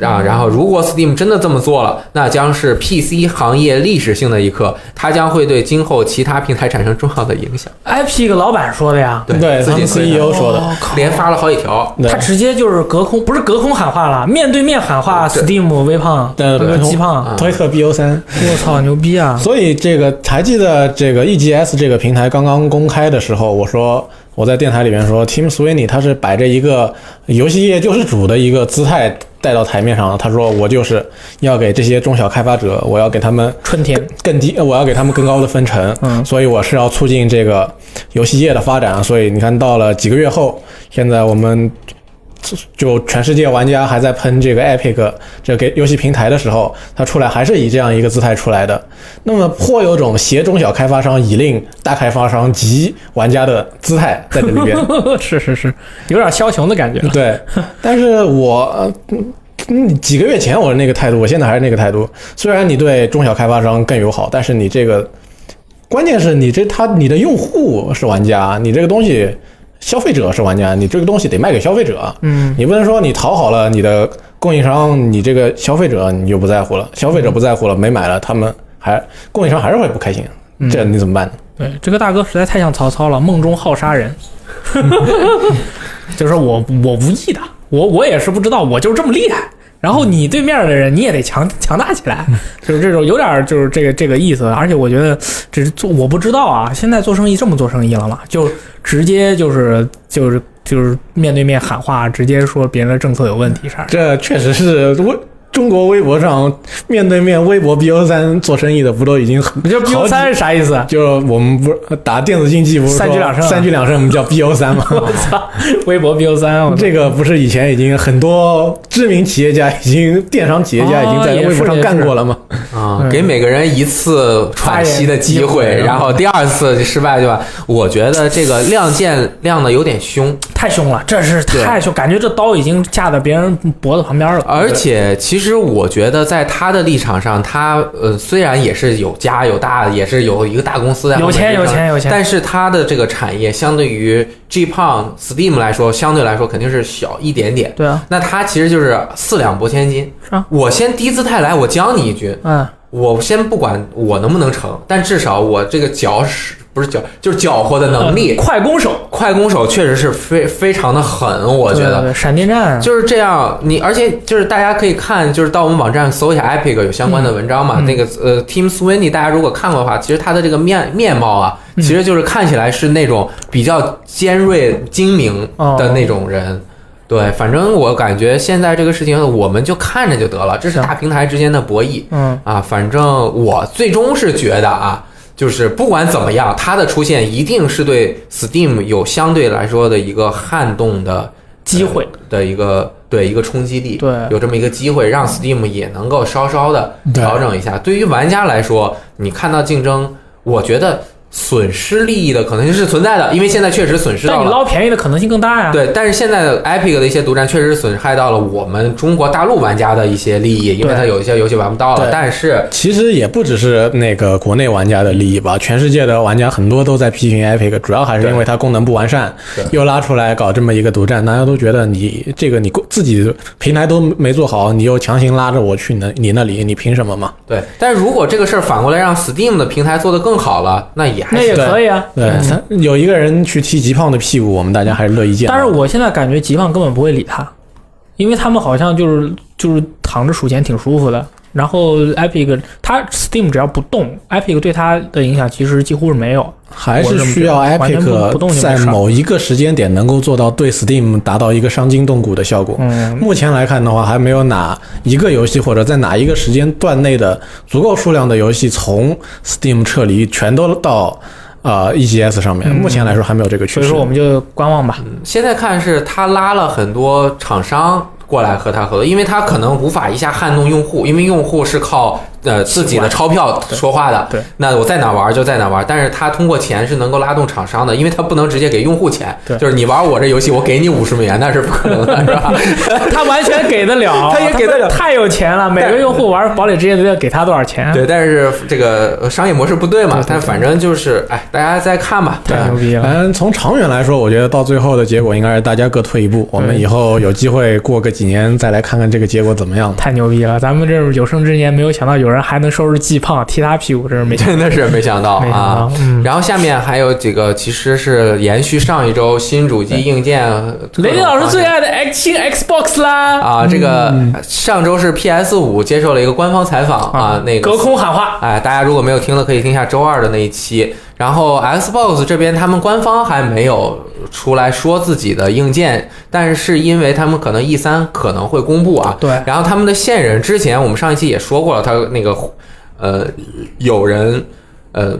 Speaker 3: 啊，然后如果 Steam 真的这么做了，那将是 PC 行业历史性的一刻，它将会对今后其他平台产生重要的影响。
Speaker 2: ，Epic 老板说的呀，
Speaker 4: 对，
Speaker 3: 自
Speaker 4: 他
Speaker 3: 己
Speaker 4: 们
Speaker 3: 推的
Speaker 4: CEO 说的，
Speaker 2: 哦靠
Speaker 3: E 连发了好几条。
Speaker 4: 对
Speaker 2: 他直接就是隔空，不是隔空喊话了，面对面喊话
Speaker 3: 对
Speaker 2: ，Steam 微胖，
Speaker 4: 对
Speaker 2: 不是
Speaker 4: 对
Speaker 2: 鸡
Speaker 3: 啊
Speaker 2: 胖，
Speaker 4: 推特 BO 三。
Speaker 2: 我操，牛逼啊！
Speaker 4: 所以这个还记得这个 EGS 这个平台刚刚公开的时候，我说我在电台里面说，Tim Sweeney 他是摆着一个游戏业救世主的一个姿态带到台面上了。他说我就是要给这些中小开发者，我要给他们
Speaker 2: 春 天，
Speaker 4: 更低，呃我要给他们更高的分成。
Speaker 2: 嗯
Speaker 4: 所以我是要促进这个游戏业的发展。啊所以你看到了几个月后，现在我们就就全世界玩家还在喷这个 Epic 这个游戏平台的时候，它出来还是以这样一个姿态出来的，那么颇有种携中小开发商以令大开发商及玩家的姿态在这里边。
Speaker 2: 是是是，有点枭雄的 感觉。
Speaker 4: 对，但是我呃嗯几个月前我是那个态度，我现在还是那个态度。虽然你对中小开发商更友好，但是你这个关键是你这他你的用户是玩家，你这个东西消费者是玩家，你这个东西得卖给消费者。
Speaker 2: 嗯，
Speaker 4: 你不能说你讨好了你的供应商，你这个消费者你就不在乎了，消费者不在乎了，没买了，他们还供应商还是会不开心，这你怎么办呢？
Speaker 2: 对，这个大哥实在太像曹操了，梦中好杀人， 就是我我无意的，我我也是不知道，我就是这么厉害。然后你对面的人，你也得强强大起来，就是这种有点儿就是这个这个意思。而且我觉得，只是做我不知道啊，现在做生意这么做生意了嘛，就直接就是就是就是面对面喊话，直接说别人的政策有问题啥的。
Speaker 4: 这确实是微中国微博上面对面微博 BO 三做生意的，不都已经很
Speaker 2: 就 BO 三是啥意思？
Speaker 4: 就是我们不是打电子竞技不是说
Speaker 2: 三局两胜啊
Speaker 4: 三局两胜我们叫 BO 三吗？
Speaker 2: 我操， 微博 BO 三，我
Speaker 4: 这个不是以前已经很多知名企业家、已经电商企业家已经在
Speaker 2: 哦也是
Speaker 4: 微博上干过了吗？
Speaker 3: 啊
Speaker 2: 嗯，
Speaker 3: 给每个人一次喘息的机
Speaker 2: 发
Speaker 3: 会，
Speaker 2: 言机会
Speaker 3: 然后第二次就失败就完。我觉得这个亮剑亮的有点凶，
Speaker 2: 太凶了，这是太凶，感觉这刀已经架在别人脖子旁边了。
Speaker 3: 而且其实我觉得在他的立场上，他呃虽然也是有家有大，也是有一个大公司在后
Speaker 2: 有
Speaker 3: 面
Speaker 2: 钱
Speaker 3: 支撑
Speaker 2: 有钱有钱
Speaker 3: 但是他的这个产业相对于 G 胖 Steam 来说，相对来说肯定是小一点点。
Speaker 2: 对啊，
Speaker 3: 那他其实就是四两拨千斤。
Speaker 2: 是啊
Speaker 3: 我先低姿态来，我将你一军。
Speaker 2: 嗯，
Speaker 3: 我先不管我能不能成，但至少我这个搅使不是搅，就是搅和的能力。
Speaker 2: 快攻手，
Speaker 3: 快攻手确实是非非常的狠，我觉
Speaker 2: 对
Speaker 3: 得
Speaker 2: 对对闪电战啊
Speaker 3: 就是这样。你而且就是大家可以看，就是到我们网站搜一下 Epic 有相关的文章嘛。
Speaker 2: 嗯
Speaker 3: 那个呃，Team Sweeney，大家如果看过的话，其实他的这个面面貌啊，
Speaker 2: 嗯
Speaker 3: 其实就是看起来是那种比较尖锐、精明的那种
Speaker 2: 哦
Speaker 3: 人。对，反正我感觉现在这个事情，我们就看着就得了，这是
Speaker 2: 行
Speaker 3: 大平台之间的博弈。
Speaker 2: 嗯，
Speaker 3: 啊，反正我最终是觉得啊，就是不管怎么样，它的出现一定是对 Steam 有相对来说的一个撼动的
Speaker 2: 机会
Speaker 3: 呃的一个对一个冲击力，
Speaker 2: 对
Speaker 3: 有这么一个机会，让 Steam 也能够稍稍的
Speaker 4: 对
Speaker 3: 调整一下。对于玩家来说，你看到竞争，我觉得损失利益的可能性是存在的，因为现在确实损失
Speaker 2: 但
Speaker 3: 到
Speaker 2: 你
Speaker 3: 了。
Speaker 2: 捞便宜的可能性更大呀。，
Speaker 3: 对，但是现在的 Epic 的一些独占确实损害到了我们中国大陆玩家的一些利益，因为
Speaker 2: 对
Speaker 3: 它有一些游戏玩不到了
Speaker 4: 对。
Speaker 3: 但是
Speaker 4: 其实也不只是那个国内玩家的利益吧，全世界的玩家很多都在批评 Epic，主要还是因为它功能不完善
Speaker 3: 对，
Speaker 4: 又拉出来搞这么一个独占，大家都觉得你这个你自己平台都没做好，你又强行拉着我去那你那里，你凭什么嘛？
Speaker 3: 对，但是如果这个事儿反过来让 Steam 的平台做得更好了，那也还
Speaker 2: 那也
Speaker 3: 是
Speaker 2: 可以啊。
Speaker 4: 对，他有一个人去踢极胖的屁股，我们大家还是乐意见到
Speaker 2: 但
Speaker 4: 的。
Speaker 2: 是我现在感觉吉胖根本不会理他，因为他们好像就是就是躺着数钱挺舒服的。然后 Epic 它 Steam 只要不动，Epic 对它的影响其实几乎是没有。
Speaker 4: 还
Speaker 2: 我这
Speaker 4: 是
Speaker 2: 么
Speaker 4: 需要
Speaker 2: 觉得完全不不动就
Speaker 4: Epic
Speaker 2: 没
Speaker 4: 在
Speaker 2: 事儿
Speaker 4: 某一个时间点能够做到对 Steam 达到一个伤筋动骨的效果。
Speaker 2: 嗯
Speaker 4: 目前来看的话，还没有哪一个游戏或者在哪一个时间段内的足够数量的游戏从 Steam 撤离，全都到呃 EGS 上面。目前来说还没有这个趋势。
Speaker 2: 嗯所以说我们就观望吧。
Speaker 3: 现在看是他拉了很多厂商过来和他合作，因为他可能无法一下撼动用户，因为用户是靠呃自己的钞票说话的。
Speaker 2: 对对
Speaker 3: 那我在哪玩就在哪玩，但是他通过钱是能够拉动厂商的，因为他不能直接给用户钱，
Speaker 2: 对
Speaker 3: 就是你玩我这游戏，我给你五十美元，那是不可能的，是 吧？
Speaker 2: 他完全给得了，
Speaker 3: 嗯 他也给得了
Speaker 2: 太有钱了。每个用户玩堡垒之夜都要给他多少钱？
Speaker 3: 对，但是这个呃商业模式不对嘛，但反正就是，哎，大家再看吧。对
Speaker 2: 太牛逼了。
Speaker 4: 嗯，从长远来说，我觉得到最后的结果应该是大家各退一步。我们以后有机会过个几年再来看看这个结果怎么样。
Speaker 2: 太牛逼了！咱们这是有生之年没有想到有人还能收拾季胖踢他屁股，真是没想
Speaker 3: 真的是没想到
Speaker 2: 没想
Speaker 3: 啊
Speaker 2: 到！嗯
Speaker 3: 然后下面还有几个，其实是延续上一周新主机硬件。
Speaker 2: 到。雷电
Speaker 3: 各种
Speaker 2: 老师
Speaker 3: 方
Speaker 2: 最
Speaker 3: 向
Speaker 2: 爱的 X 星 Xbox 啦！
Speaker 3: 啊，这个
Speaker 2: 嗯
Speaker 3: 上周是 PS 五接受了一个官方采访啊，那个
Speaker 2: 隔空喊话，
Speaker 3: 哎，大家如果没有听的，可以听一下周二的那一期。然后 Xbox 这边他们官方还没有出来说自己的硬件，但是因为他们可能 E 三可能会公布啊。
Speaker 2: 对
Speaker 3: 然后他们的线人之前我们上一期也说过了，他那个呃有人呃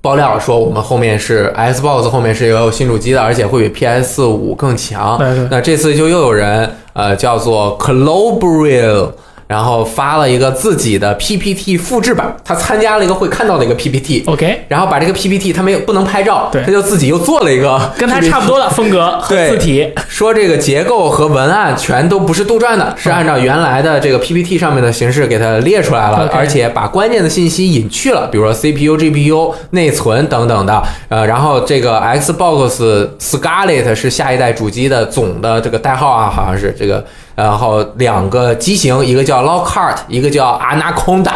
Speaker 3: 爆料说我们后面是 Xbox 后面是有新主机的，而且会比 PS 五更强。
Speaker 2: 对对
Speaker 3: 那这次就又有人呃叫做 c l o b r i l 然后发了一个自己的 PPT 复制版，他参加了一个会看到的一个 PPT，
Speaker 2: OK，
Speaker 3: 然后把这个 PPT 他没有不能拍照，
Speaker 2: 哦对
Speaker 3: 他就自己又做了一个
Speaker 2: 跟他
Speaker 3: PPT
Speaker 2: 差不多的风格和
Speaker 3: 对
Speaker 2: 字体，
Speaker 3: 说这个结构和文案全都不是杜撰的，是按照原来的这个 PPT 上面的形式给它列出来了
Speaker 2: OK，
Speaker 3: 而且把关键的信息隐去了，比如说 CPU、GPU、内存等等的。呃，然后这个 Xbox Scarlett 是下一代主机的总的这个代号啊，好像是这个。然后两个机型，一个叫 Lockhart，一个叫 Anaconda。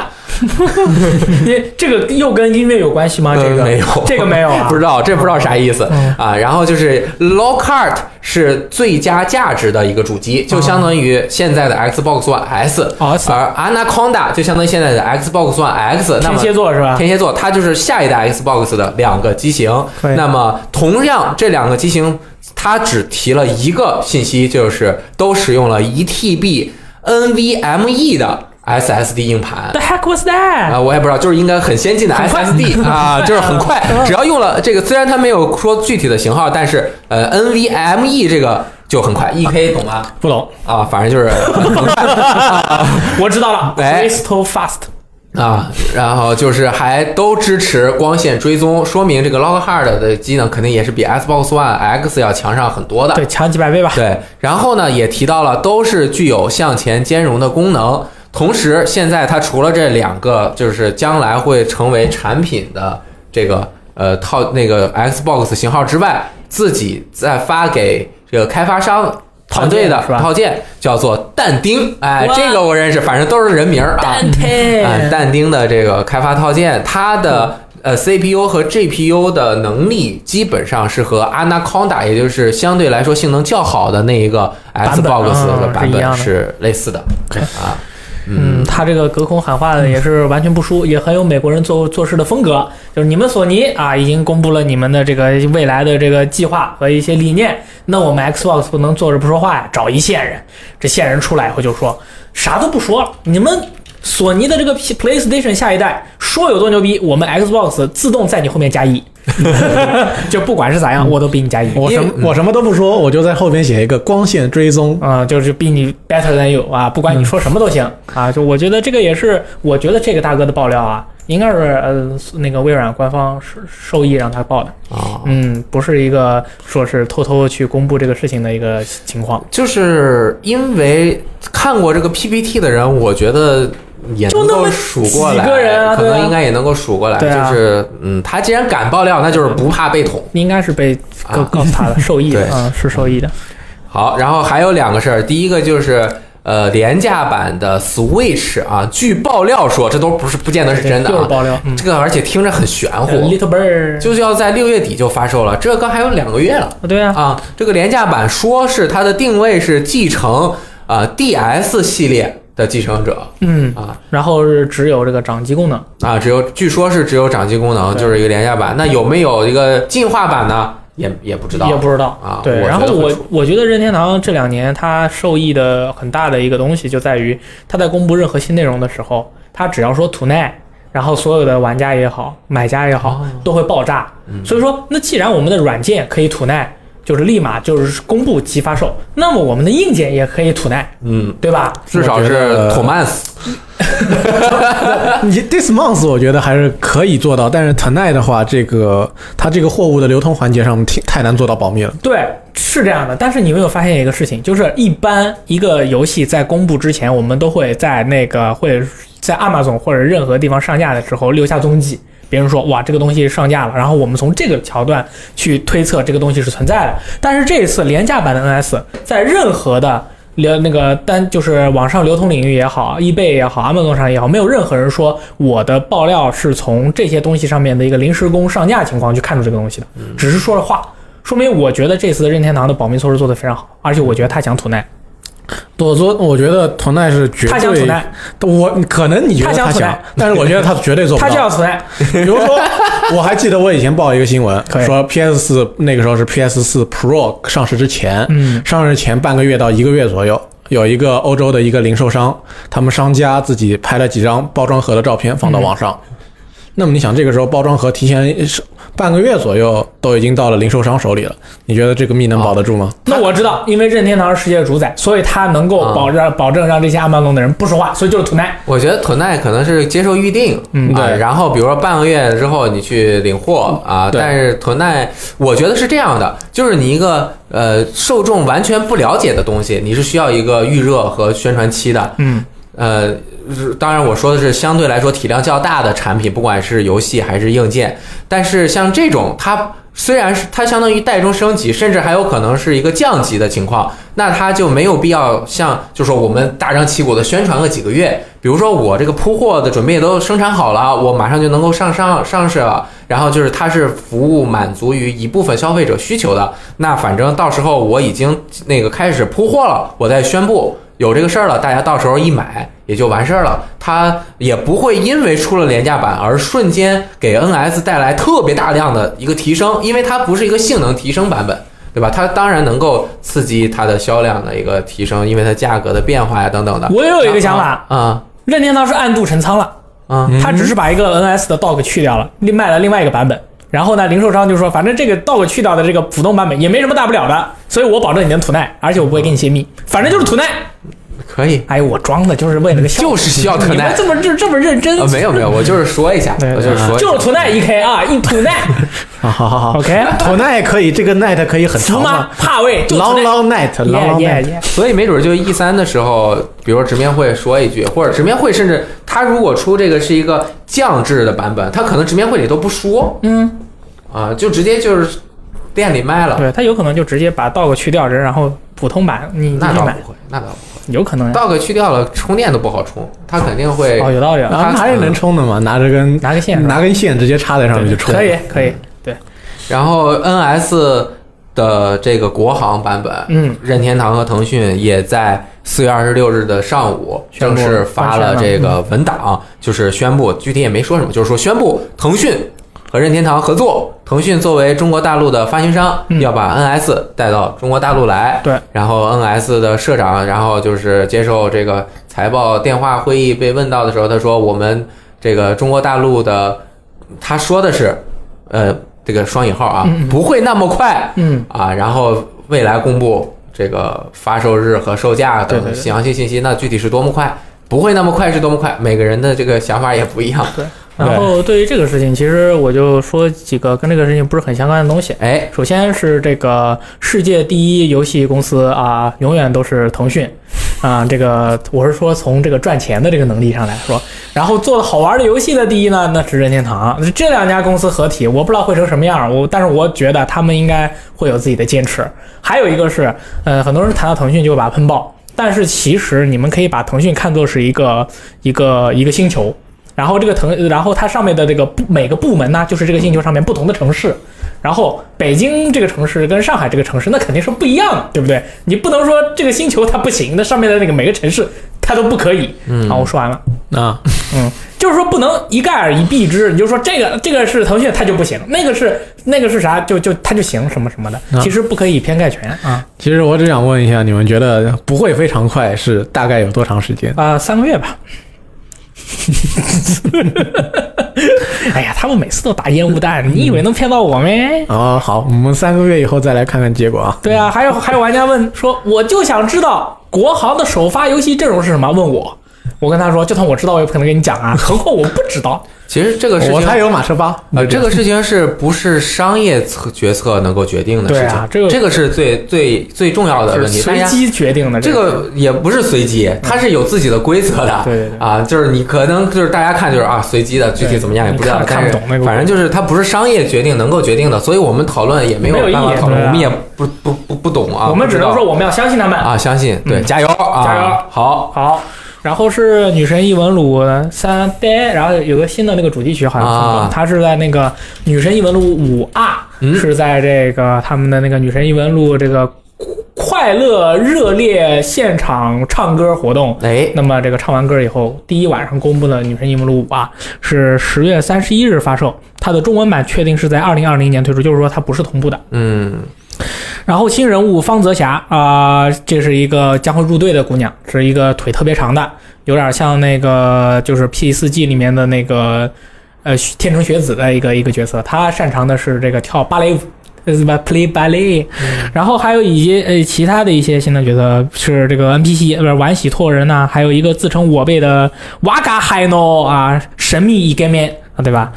Speaker 2: 你这个又跟音乐有关系吗？这个
Speaker 3: 呃没有，
Speaker 2: 这个没有啊
Speaker 3: 不。知道，这不知道啥意思、
Speaker 2: 嗯
Speaker 3: 啊。然后就是 Lockhart 是最佳价值的一个主机，就相当于现在的 Xbox One S，、
Speaker 2: 哦，S
Speaker 3: 而 Anaconda 就相当于现在的 Xbox One X。那
Speaker 2: 天
Speaker 3: 么
Speaker 2: 蝎座是啊吧？
Speaker 3: 天蝎座，它就是下一代 Xbox 的两个机型
Speaker 2: 可以。
Speaker 3: 那么同样，这两个机型它只提了一个信息，就是都使用了一 TB NVMe E 的 SSD 硬盘。
Speaker 2: The heck was
Speaker 3: 啊，
Speaker 2: that？
Speaker 3: 我也不知道，就是应该很先进的
Speaker 2: 很快
Speaker 3: SSD 啊，就是很快
Speaker 2: 嗯，
Speaker 3: 只要用了这个，虽然它没有说具体的型号，但是呃，NVMe 这个就很快，EK 懂吗？
Speaker 2: 不懂，
Speaker 3: 啊，反正就是
Speaker 2: 我知道了
Speaker 3: 哎
Speaker 2: ，Crystal Fast。
Speaker 3: 啊，然后就是还都支持光线追踪，说明这个 Lockhart 的机能肯定也是比 Xbox One X 要强上很多的。
Speaker 2: 对，强几百倍吧。
Speaker 3: 对，然后呢，也提到了都是具有向前兼容的功能。同时，现在它除了这两个，就是将来会成为产品的这个呃套那个 Xbox 型号之外，自己再发给这个开发商团队的
Speaker 2: 套件是吧
Speaker 3: 套件，叫做但丁。哎，
Speaker 5: 哇
Speaker 3: 这个我认识，反正都是人名儿啊。
Speaker 5: 蛋
Speaker 2: 哎
Speaker 5: 疼
Speaker 3: 啊，但丁的这个开发套件，它
Speaker 2: 嗯
Speaker 3: 的呃 CPU 和 GPU 的能力基本上是和 Anaconda，也就是相对来说性能较好的那一个
Speaker 2: 本
Speaker 3: Xbox
Speaker 2: 嗯
Speaker 3: 的版
Speaker 2: 是一样
Speaker 3: 本
Speaker 2: 的
Speaker 3: 是类似的啊。
Speaker 2: 嗯，他这个隔空喊话的也是完全不
Speaker 4: 嗯
Speaker 2: 输，也很有美国人做做事的风格。就是你们索尼啊，已经公布了你们的这个未来的这个计划和一些理念，那我们 Xbox 不能坐着不说话呀，找一线人。这线人出来以后就说啥都不说了，你们索尼的这个 P- PlayStation 下一代说有多牛逼，我们 Xbox 自动在你后面加一， 就不管是咋样，我都比你加一。
Speaker 4: 嗯我什么我什么都不说，我就在后边写一个光线追踪。
Speaker 2: 啊，就是比你 better than you 啊，不管
Speaker 3: 嗯
Speaker 2: 你说什么都行、啊。就我觉得这个也是，我觉得这个大哥的爆料啊，应该是呃那个微软官方受受益让他爆的，
Speaker 3: 啊，
Speaker 2: 嗯，不是一个说是偷偷去公布这个事情的一个情况，
Speaker 3: 就是因为看过这个 PPT 的人，我觉得。也能
Speaker 2: 就那
Speaker 3: 够
Speaker 2: 么
Speaker 3: 数过来，
Speaker 2: 几个人啊
Speaker 3: 可
Speaker 2: 对啊
Speaker 3: 能应该也能够数过来。
Speaker 2: 对啊
Speaker 3: 就是，嗯，他既然敢爆料，那就是不怕被捅。
Speaker 2: 应该是被告
Speaker 3: 啊
Speaker 2: 告诉他 的受益的
Speaker 3: 对
Speaker 2: 啊，是受益的。
Speaker 3: 好，然后还有两个事儿，第一个就是呃廉价版的 Switch 啊，据爆料说这都不是不见得是真的
Speaker 2: 就是
Speaker 3: 啊，
Speaker 2: 爆料，嗯
Speaker 3: 这个而且听着很玄乎，
Speaker 2: ，Little Bird
Speaker 3: 就是要在六月底就发售了，这刚还有两个月了
Speaker 2: 啊对啊，
Speaker 3: 啊。这个廉价版说是它的定位是继承啊、呃 DS 系列的继承者
Speaker 2: 嗯，
Speaker 3: 啊
Speaker 2: 然后是只有这个掌机功能，
Speaker 3: 啊，只有据说是只有掌机功能，
Speaker 2: 对
Speaker 3: 就是一个廉价版。那有没有一个进化版呢？也也不知道，
Speaker 2: 也不知道
Speaker 3: 啊
Speaker 2: 对，
Speaker 3: 我
Speaker 2: 然
Speaker 3: 觉
Speaker 2: 后
Speaker 3: 得会
Speaker 2: 我
Speaker 3: 出
Speaker 2: 我觉得任天堂这两年它受益的很大的一个东西就在于，它在公布任何新内容的时候，它只要说 tonight，然后所有的玩家也好，买家也
Speaker 3: 哦
Speaker 2: 好，都会爆炸。
Speaker 3: 嗯
Speaker 2: 所以说，那既然我们的软件可以 tonight，就是立马就是公布即发售，那么我们的硬件也可以 tonight，
Speaker 3: 嗯，
Speaker 2: 对吧？
Speaker 3: 至少
Speaker 4: 我觉
Speaker 3: 是
Speaker 4: 得
Speaker 3: Thomas
Speaker 4: 你 this month 我觉得还是可以做到，但是 tonight 的话，这个它这个货物的流通环节上挺太难做到保密了。
Speaker 2: 对，是这样的。但是你有没有发现一个事情，就是一般一个游戏在公布之前，我们都会在那个会在 Amazon 或者任何地方上架的时候留下踪迹。别人说哇，这个东西上架了，然后我们从这个桥段去推测这个东西是存在的。但是这一次廉价版的 NS 在任何的流那个单就是网上流通领域也好，eBay 也好，Amazon 上也好，没有任何人说我的爆料是从这些东西上面的一个临时工上架情况去看出这个东西的，只是说了话，说明我觉得这次的任天堂的保密措施做得非常好，而且我觉得他想吐奶，
Speaker 4: 我做，我觉得 tonight 是绝对，
Speaker 2: 他想吐奶，
Speaker 4: 我可能你觉得
Speaker 2: 他想
Speaker 4: 他
Speaker 2: 吐
Speaker 4: 想
Speaker 2: 奶，
Speaker 4: 但是我觉得他绝对做不
Speaker 2: 他
Speaker 4: 到。
Speaker 2: 就要吐 奶，
Speaker 4: 比如说，我还记得我以前报一个新闻
Speaker 2: 可以，
Speaker 4: 说 PS 四那个时候是 PS 四 Pro 上市之前，
Speaker 2: 嗯
Speaker 4: 上市前半个月到一个月左右，有一个欧洲的一个零售商，他们商家自己拍了几张包装盒的照片放到网上。
Speaker 2: 嗯
Speaker 4: 那么你想，这个时候包装盒提前是半个月左右都已经到了零售商手里了，你觉得这个密能保得住吗？
Speaker 2: 那我知道，因为任天堂是世界的主宰，所以他能够
Speaker 3: 啊
Speaker 2: 保让、保证让这些阿曼龙的人不说话，所以就是吐奶。
Speaker 3: 我觉得 tonight 可能是接受预定，
Speaker 2: 嗯
Speaker 3: 啊
Speaker 4: 对
Speaker 3: 然后比如说半个月之后你去领货啊，
Speaker 4: 对
Speaker 3: 但是 tonight 我觉得是这样的，就是你一个呃受众完全不了解的东西，你是需要一个预热和宣传期的，
Speaker 2: 嗯，
Speaker 3: 呃，是当然我说的是相对来说体量较大的产品，不管是游戏还是硬件，但是像这种它。虽然是它相当于代中升级，甚至还有可能是一个降级的情况，那它就没有必要像就说我们大张旗鼓的宣传个几个月，比如说我这个铺货的准备都生产好了，我马上就能够上上上市了，然后就是它是服务满足于一部分消费者需求的，那反正到时候我已经那个开始铺货了，我再宣布有这个事儿了，大家到时候一买也就完事儿了。它也不会因为出了廉价版而瞬间给 NS 带来特别大量的一个提升，因为它不是一个性能提升版本，对吧？它当然能够刺激它的销量的一个提升，因为它价格的变化呀等等的。
Speaker 2: 我也有一个想法，
Speaker 3: 啊
Speaker 2: 任天堂是暗度陈仓了，
Speaker 3: 啊，
Speaker 2: 他只是把一个 NS 的 dock 去掉了，另卖了另外一个版本。然后呢，零售商就说，反正这个 dock 去掉的这个普通版本也没什么大不了的，所以我保证你能吐奶，而且我不会给你泄密，反正就是吐奶。
Speaker 3: 可以，
Speaker 2: 哎，我装的就是为了个效
Speaker 3: 就
Speaker 2: 果，
Speaker 3: 是需要
Speaker 2: 你
Speaker 3: 特
Speaker 2: 们
Speaker 3: 耐。
Speaker 2: 这么这这么认真
Speaker 3: 啊，，没有没有，我就是说一下，
Speaker 2: 对
Speaker 3: 我就是说一下，嗯
Speaker 2: 就是土奈 EK 啊，一土奈
Speaker 5: 啊，好好好
Speaker 2: ，OK，
Speaker 5: 头奈可以，这个 night 可以很
Speaker 2: 服
Speaker 5: 长
Speaker 2: 吗
Speaker 5: 吗？？
Speaker 2: 怕位就土
Speaker 5: long
Speaker 2: 奈
Speaker 5: long night，long long
Speaker 2: Yeah,
Speaker 5: night。
Speaker 2: yeah, yeah
Speaker 3: 所以没准就 E 三的时候，比如说直面会说一句，或者直面会甚至他如果出这个是一个降智的版本，他可能直面会里都不说，
Speaker 2: 嗯，
Speaker 3: 啊，就直接就是店里卖了。
Speaker 2: 对他有可能就直接把 dog 去掉，然后普通版你你
Speaker 3: 那倒
Speaker 2: 买
Speaker 3: 不，会，那倒不
Speaker 2: 有可能
Speaker 3: 会。
Speaker 2: 呀。
Speaker 3: dog 去掉了，充电都不好充，他肯定会。
Speaker 2: 哦，有道理啊，
Speaker 5: 啊，哪有能充的嘛？拿着根
Speaker 2: 拿个线是吧
Speaker 5: 拿根线直接插在上面就充。
Speaker 2: 可以可
Speaker 3: 嗯
Speaker 2: 以，对，
Speaker 3: 然后 NS 的这个国行版本，
Speaker 2: 嗯，
Speaker 3: 任天堂和腾讯也在四月二十六日的上午
Speaker 2: 宣布
Speaker 3: 正式发了这个文
Speaker 2: 嗯
Speaker 3: 档，就是宣布，具体也没说什么，就是说宣布腾讯和任天堂合作，腾讯作为中国大陆的发行商，
Speaker 2: 嗯
Speaker 3: 要把 NS 带到中国大陆来。
Speaker 2: 对，
Speaker 3: 然后 NS 的社长，然后就是接受这个财报电话会议被问到的时候，他说我们这个中国大陆的，他说的是，呃，这个双引号啊，
Speaker 2: 嗯嗯
Speaker 3: 不会那么快，
Speaker 2: 嗯，
Speaker 3: 啊，然后未来公布这个发售日和售价
Speaker 2: 对
Speaker 3: 等
Speaker 2: 对对
Speaker 3: 详细信息，那具体是多么快？不会那么快是多么快？每个人的这个想法也不一样。
Speaker 2: 然后对于这个事情，其实我就说几个跟这个事情不是很相关的东西。啊
Speaker 3: 哎，
Speaker 2: 首先是这个世界第一游戏公司啊，永远都是腾讯啊。这个我是说从这个赚钱的这个能力上来说，然后做的好玩的游戏的第一呢，那是任天堂。这两家公司合体，我不知道会成什么样，我但是我觉得他们应该会有自己的坚持。还有一个是，呃，很多人谈到腾讯就会把它喷爆，但是其实你们可以把腾讯看作是一个一个一个星球。然后这个腾，然后它上面的这个部每个部门呢，就是这个星球上面不同的城市，然后北京这个城市跟上海这个城市那肯定是不一样的，对不对？你不能说这个星球它不行，那上面的那个每个城市它都不可以。
Speaker 3: 嗯
Speaker 2: 好，我说完了，嗯
Speaker 5: 啊，
Speaker 2: 就是说不能一概而一蔽之，你就说这个这个是腾讯它就不行，那个是那个是啥就就它就行什么什么的，
Speaker 5: 啊
Speaker 2: 其实不可以以偏概全啊
Speaker 5: 其实我只想问一下，你们觉得不会非常快是大概有多长时间？
Speaker 2: 啊、三个月吧。哎呀，他们每次都打烟雾弹，你以为能骗到我没？
Speaker 5: 啊，好，我们三个月以后再来看看结果啊。
Speaker 2: 对
Speaker 3: 嗯
Speaker 2: 啊，还有还有玩家问说，我就想知道国行的首发游戏阵容是什么？问我，我跟他说，就算我知道，我也不可能跟你讲啊，何况我不知道。
Speaker 3: 其实这个事
Speaker 5: 我
Speaker 3: 情
Speaker 5: 猜有马车八，
Speaker 3: 呃，这个事情是不是商业策决策能够决定的事
Speaker 2: 对
Speaker 3: 情？
Speaker 2: 啊
Speaker 3: 这
Speaker 2: 这个
Speaker 3: 是最最最重要的
Speaker 2: 就是
Speaker 3: 问题。大
Speaker 2: 随
Speaker 3: 家
Speaker 2: 机决定的
Speaker 3: 这
Speaker 2: 个
Speaker 3: 个也不是随机，它是有自己的规则的。
Speaker 2: 对对对
Speaker 3: 啊，就是你可能就是大家看就是啊随机的，具体怎么样也不知道
Speaker 2: 你。看
Speaker 3: 但
Speaker 2: 看不
Speaker 3: 是
Speaker 2: 懂那个
Speaker 3: 反正就是它不是商业决定能够决定的，所以我们讨论也没有
Speaker 2: 没有意义
Speaker 3: 办法讨论，
Speaker 2: 对啊
Speaker 3: 我们也不不不不懂啊。
Speaker 2: 我们只能
Speaker 3: 不知
Speaker 2: 说
Speaker 3: 道
Speaker 2: 我们要相信他们。
Speaker 3: 啊，相信对，
Speaker 2: 嗯
Speaker 3: 加油啊，
Speaker 2: 加油
Speaker 3: 好
Speaker 2: 好，然后是女神异闻录三呆，然后有个新的那个主题曲好像是
Speaker 3: 啊
Speaker 2: 它是在那个女神异闻录五 R，、
Speaker 3: 嗯
Speaker 2: 是在这个他们的那个女神异闻录这个快乐热烈现场唱歌活动
Speaker 3: 哎，
Speaker 2: 那么这个唱完歌以后，第一晚上公布的《女神异闻录五》啊，是十月三十一日发售，它的中文版确定是在二零二零年推出，就是说它不是同步的。
Speaker 3: 嗯，
Speaker 2: 然后新人物方泽霞啊、这是一个将会入队的姑娘，是一个腿特别长的，有点像那个就是 P 四 G 里面的那个呃天成学子的一个一个角色，她擅长的是这个跳芭蕾舞。呃，什么 play ballet，、然后还有以及呃其他的一些新的角色是这个 NPC 呃不是玩喜拓人呐、还有一个自称我辈的瓦嘎海诺啊，神秘一 g a m 啊，对吧？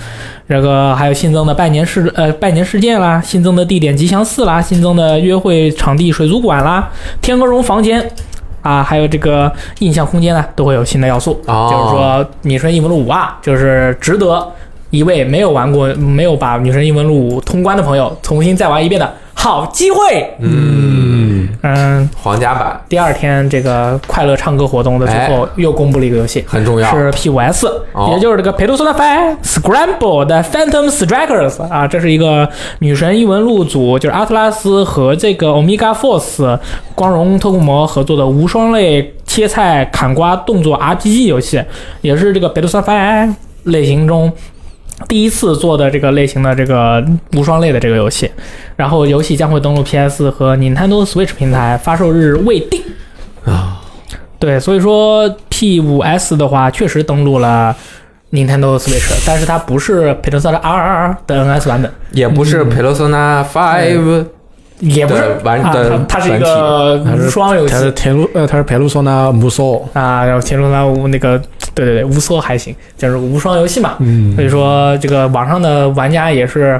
Speaker 2: 这个还有新增的拜年事呃拜年事件啦，新增的地点吉祥寺啦，新增的约会场地水族馆啦，天鹅绒房间啊，还有这个印象空间呢，都会有新的要素。
Speaker 3: 哦
Speaker 2: 就是说《女神异闻录五》啊，就是值得一位没有玩过、没有把《女神异闻录五》通关的朋友重新再玩一遍的好机会。
Speaker 3: 嗯，
Speaker 2: 嗯，
Speaker 3: 皇家版
Speaker 2: 第二天这个快乐唱歌活动的最后又公布了一个游戏，
Speaker 3: 很重要，
Speaker 2: 是 P 五 S，
Speaker 3: 哦
Speaker 2: 也就是这个《陪读 s o n i Scramble 的 Phantom Strikers 啊，这是一个女神异闻录组，就是阿特拉斯和这个 Omega Force 光荣特库摩合作的无双类切菜砍瓜动作 RPG 游戏，也是这个《陪读 s o n i 类型中。第一次做的这个类型的这个无双类的这个游戏，然后游戏将会登陆 PS 和 Nintendo Switch 平台，发售日未定。
Speaker 3: 啊
Speaker 2: 对，所以说 P 5 S 的话，确实登录了 Nintendo Switch，但是它不是《佩德萨的 R R》的 NS 版本。
Speaker 3: 也不是 Persona Five
Speaker 2: 也不是
Speaker 3: 的完
Speaker 2: 啊
Speaker 3: 的
Speaker 2: 它它是一
Speaker 5: 它
Speaker 2: 个
Speaker 5: 是
Speaker 2: 双游戏
Speaker 5: 它是铁路呃，它是佩鲁索纳姆索，
Speaker 2: 啊，然后天龙三无那个，对对对，无缩还行，就是无双游戏嘛。
Speaker 5: 嗯
Speaker 2: 所，以说这个网上的玩家也是，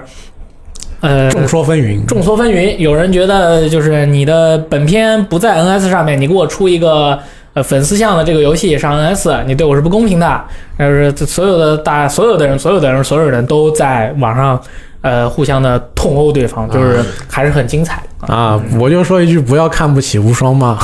Speaker 2: 呃，
Speaker 5: 众说纷纭，
Speaker 2: 众说纷纭，有人觉得就是你的本片不在 NS 上面，你给我出一个呃粉丝向的这个游戏上 NS，你对我是不公平的。但是这所有的大所有的人，所有的人，所有人都在网上呃互相的痛殴对方，就是
Speaker 3: 啊
Speaker 2: 还是很精彩啊。
Speaker 5: 啊，我就说一句，不要看不起无双嘛。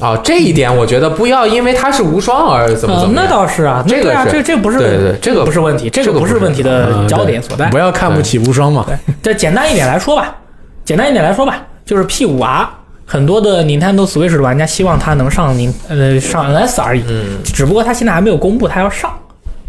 Speaker 3: 啊，这一点我觉得不要因为它是无双而怎么
Speaker 2: 呃
Speaker 3: 怎么
Speaker 2: 那
Speaker 3: 样。
Speaker 2: 倒是啊，那
Speaker 3: 这个
Speaker 2: 对啊，
Speaker 3: 是
Speaker 2: 这这不是
Speaker 3: 对对这个
Speaker 2: 不是问题，这
Speaker 3: 这
Speaker 2: 个
Speaker 3: 个
Speaker 2: 不是
Speaker 3: 不是
Speaker 2: 问题
Speaker 5: 啊
Speaker 2: 的焦
Speaker 5: 对
Speaker 2: 点所在
Speaker 5: 不。要看不起无双嘛。
Speaker 2: 这简单一点来说吧，简单一点来说吧，就是 P 五 R 很多的 Nintendo Switch 的玩家希望它能上您呃上 NS 而已，
Speaker 3: 嗯，
Speaker 2: 只不过它现在还没有公布它要上，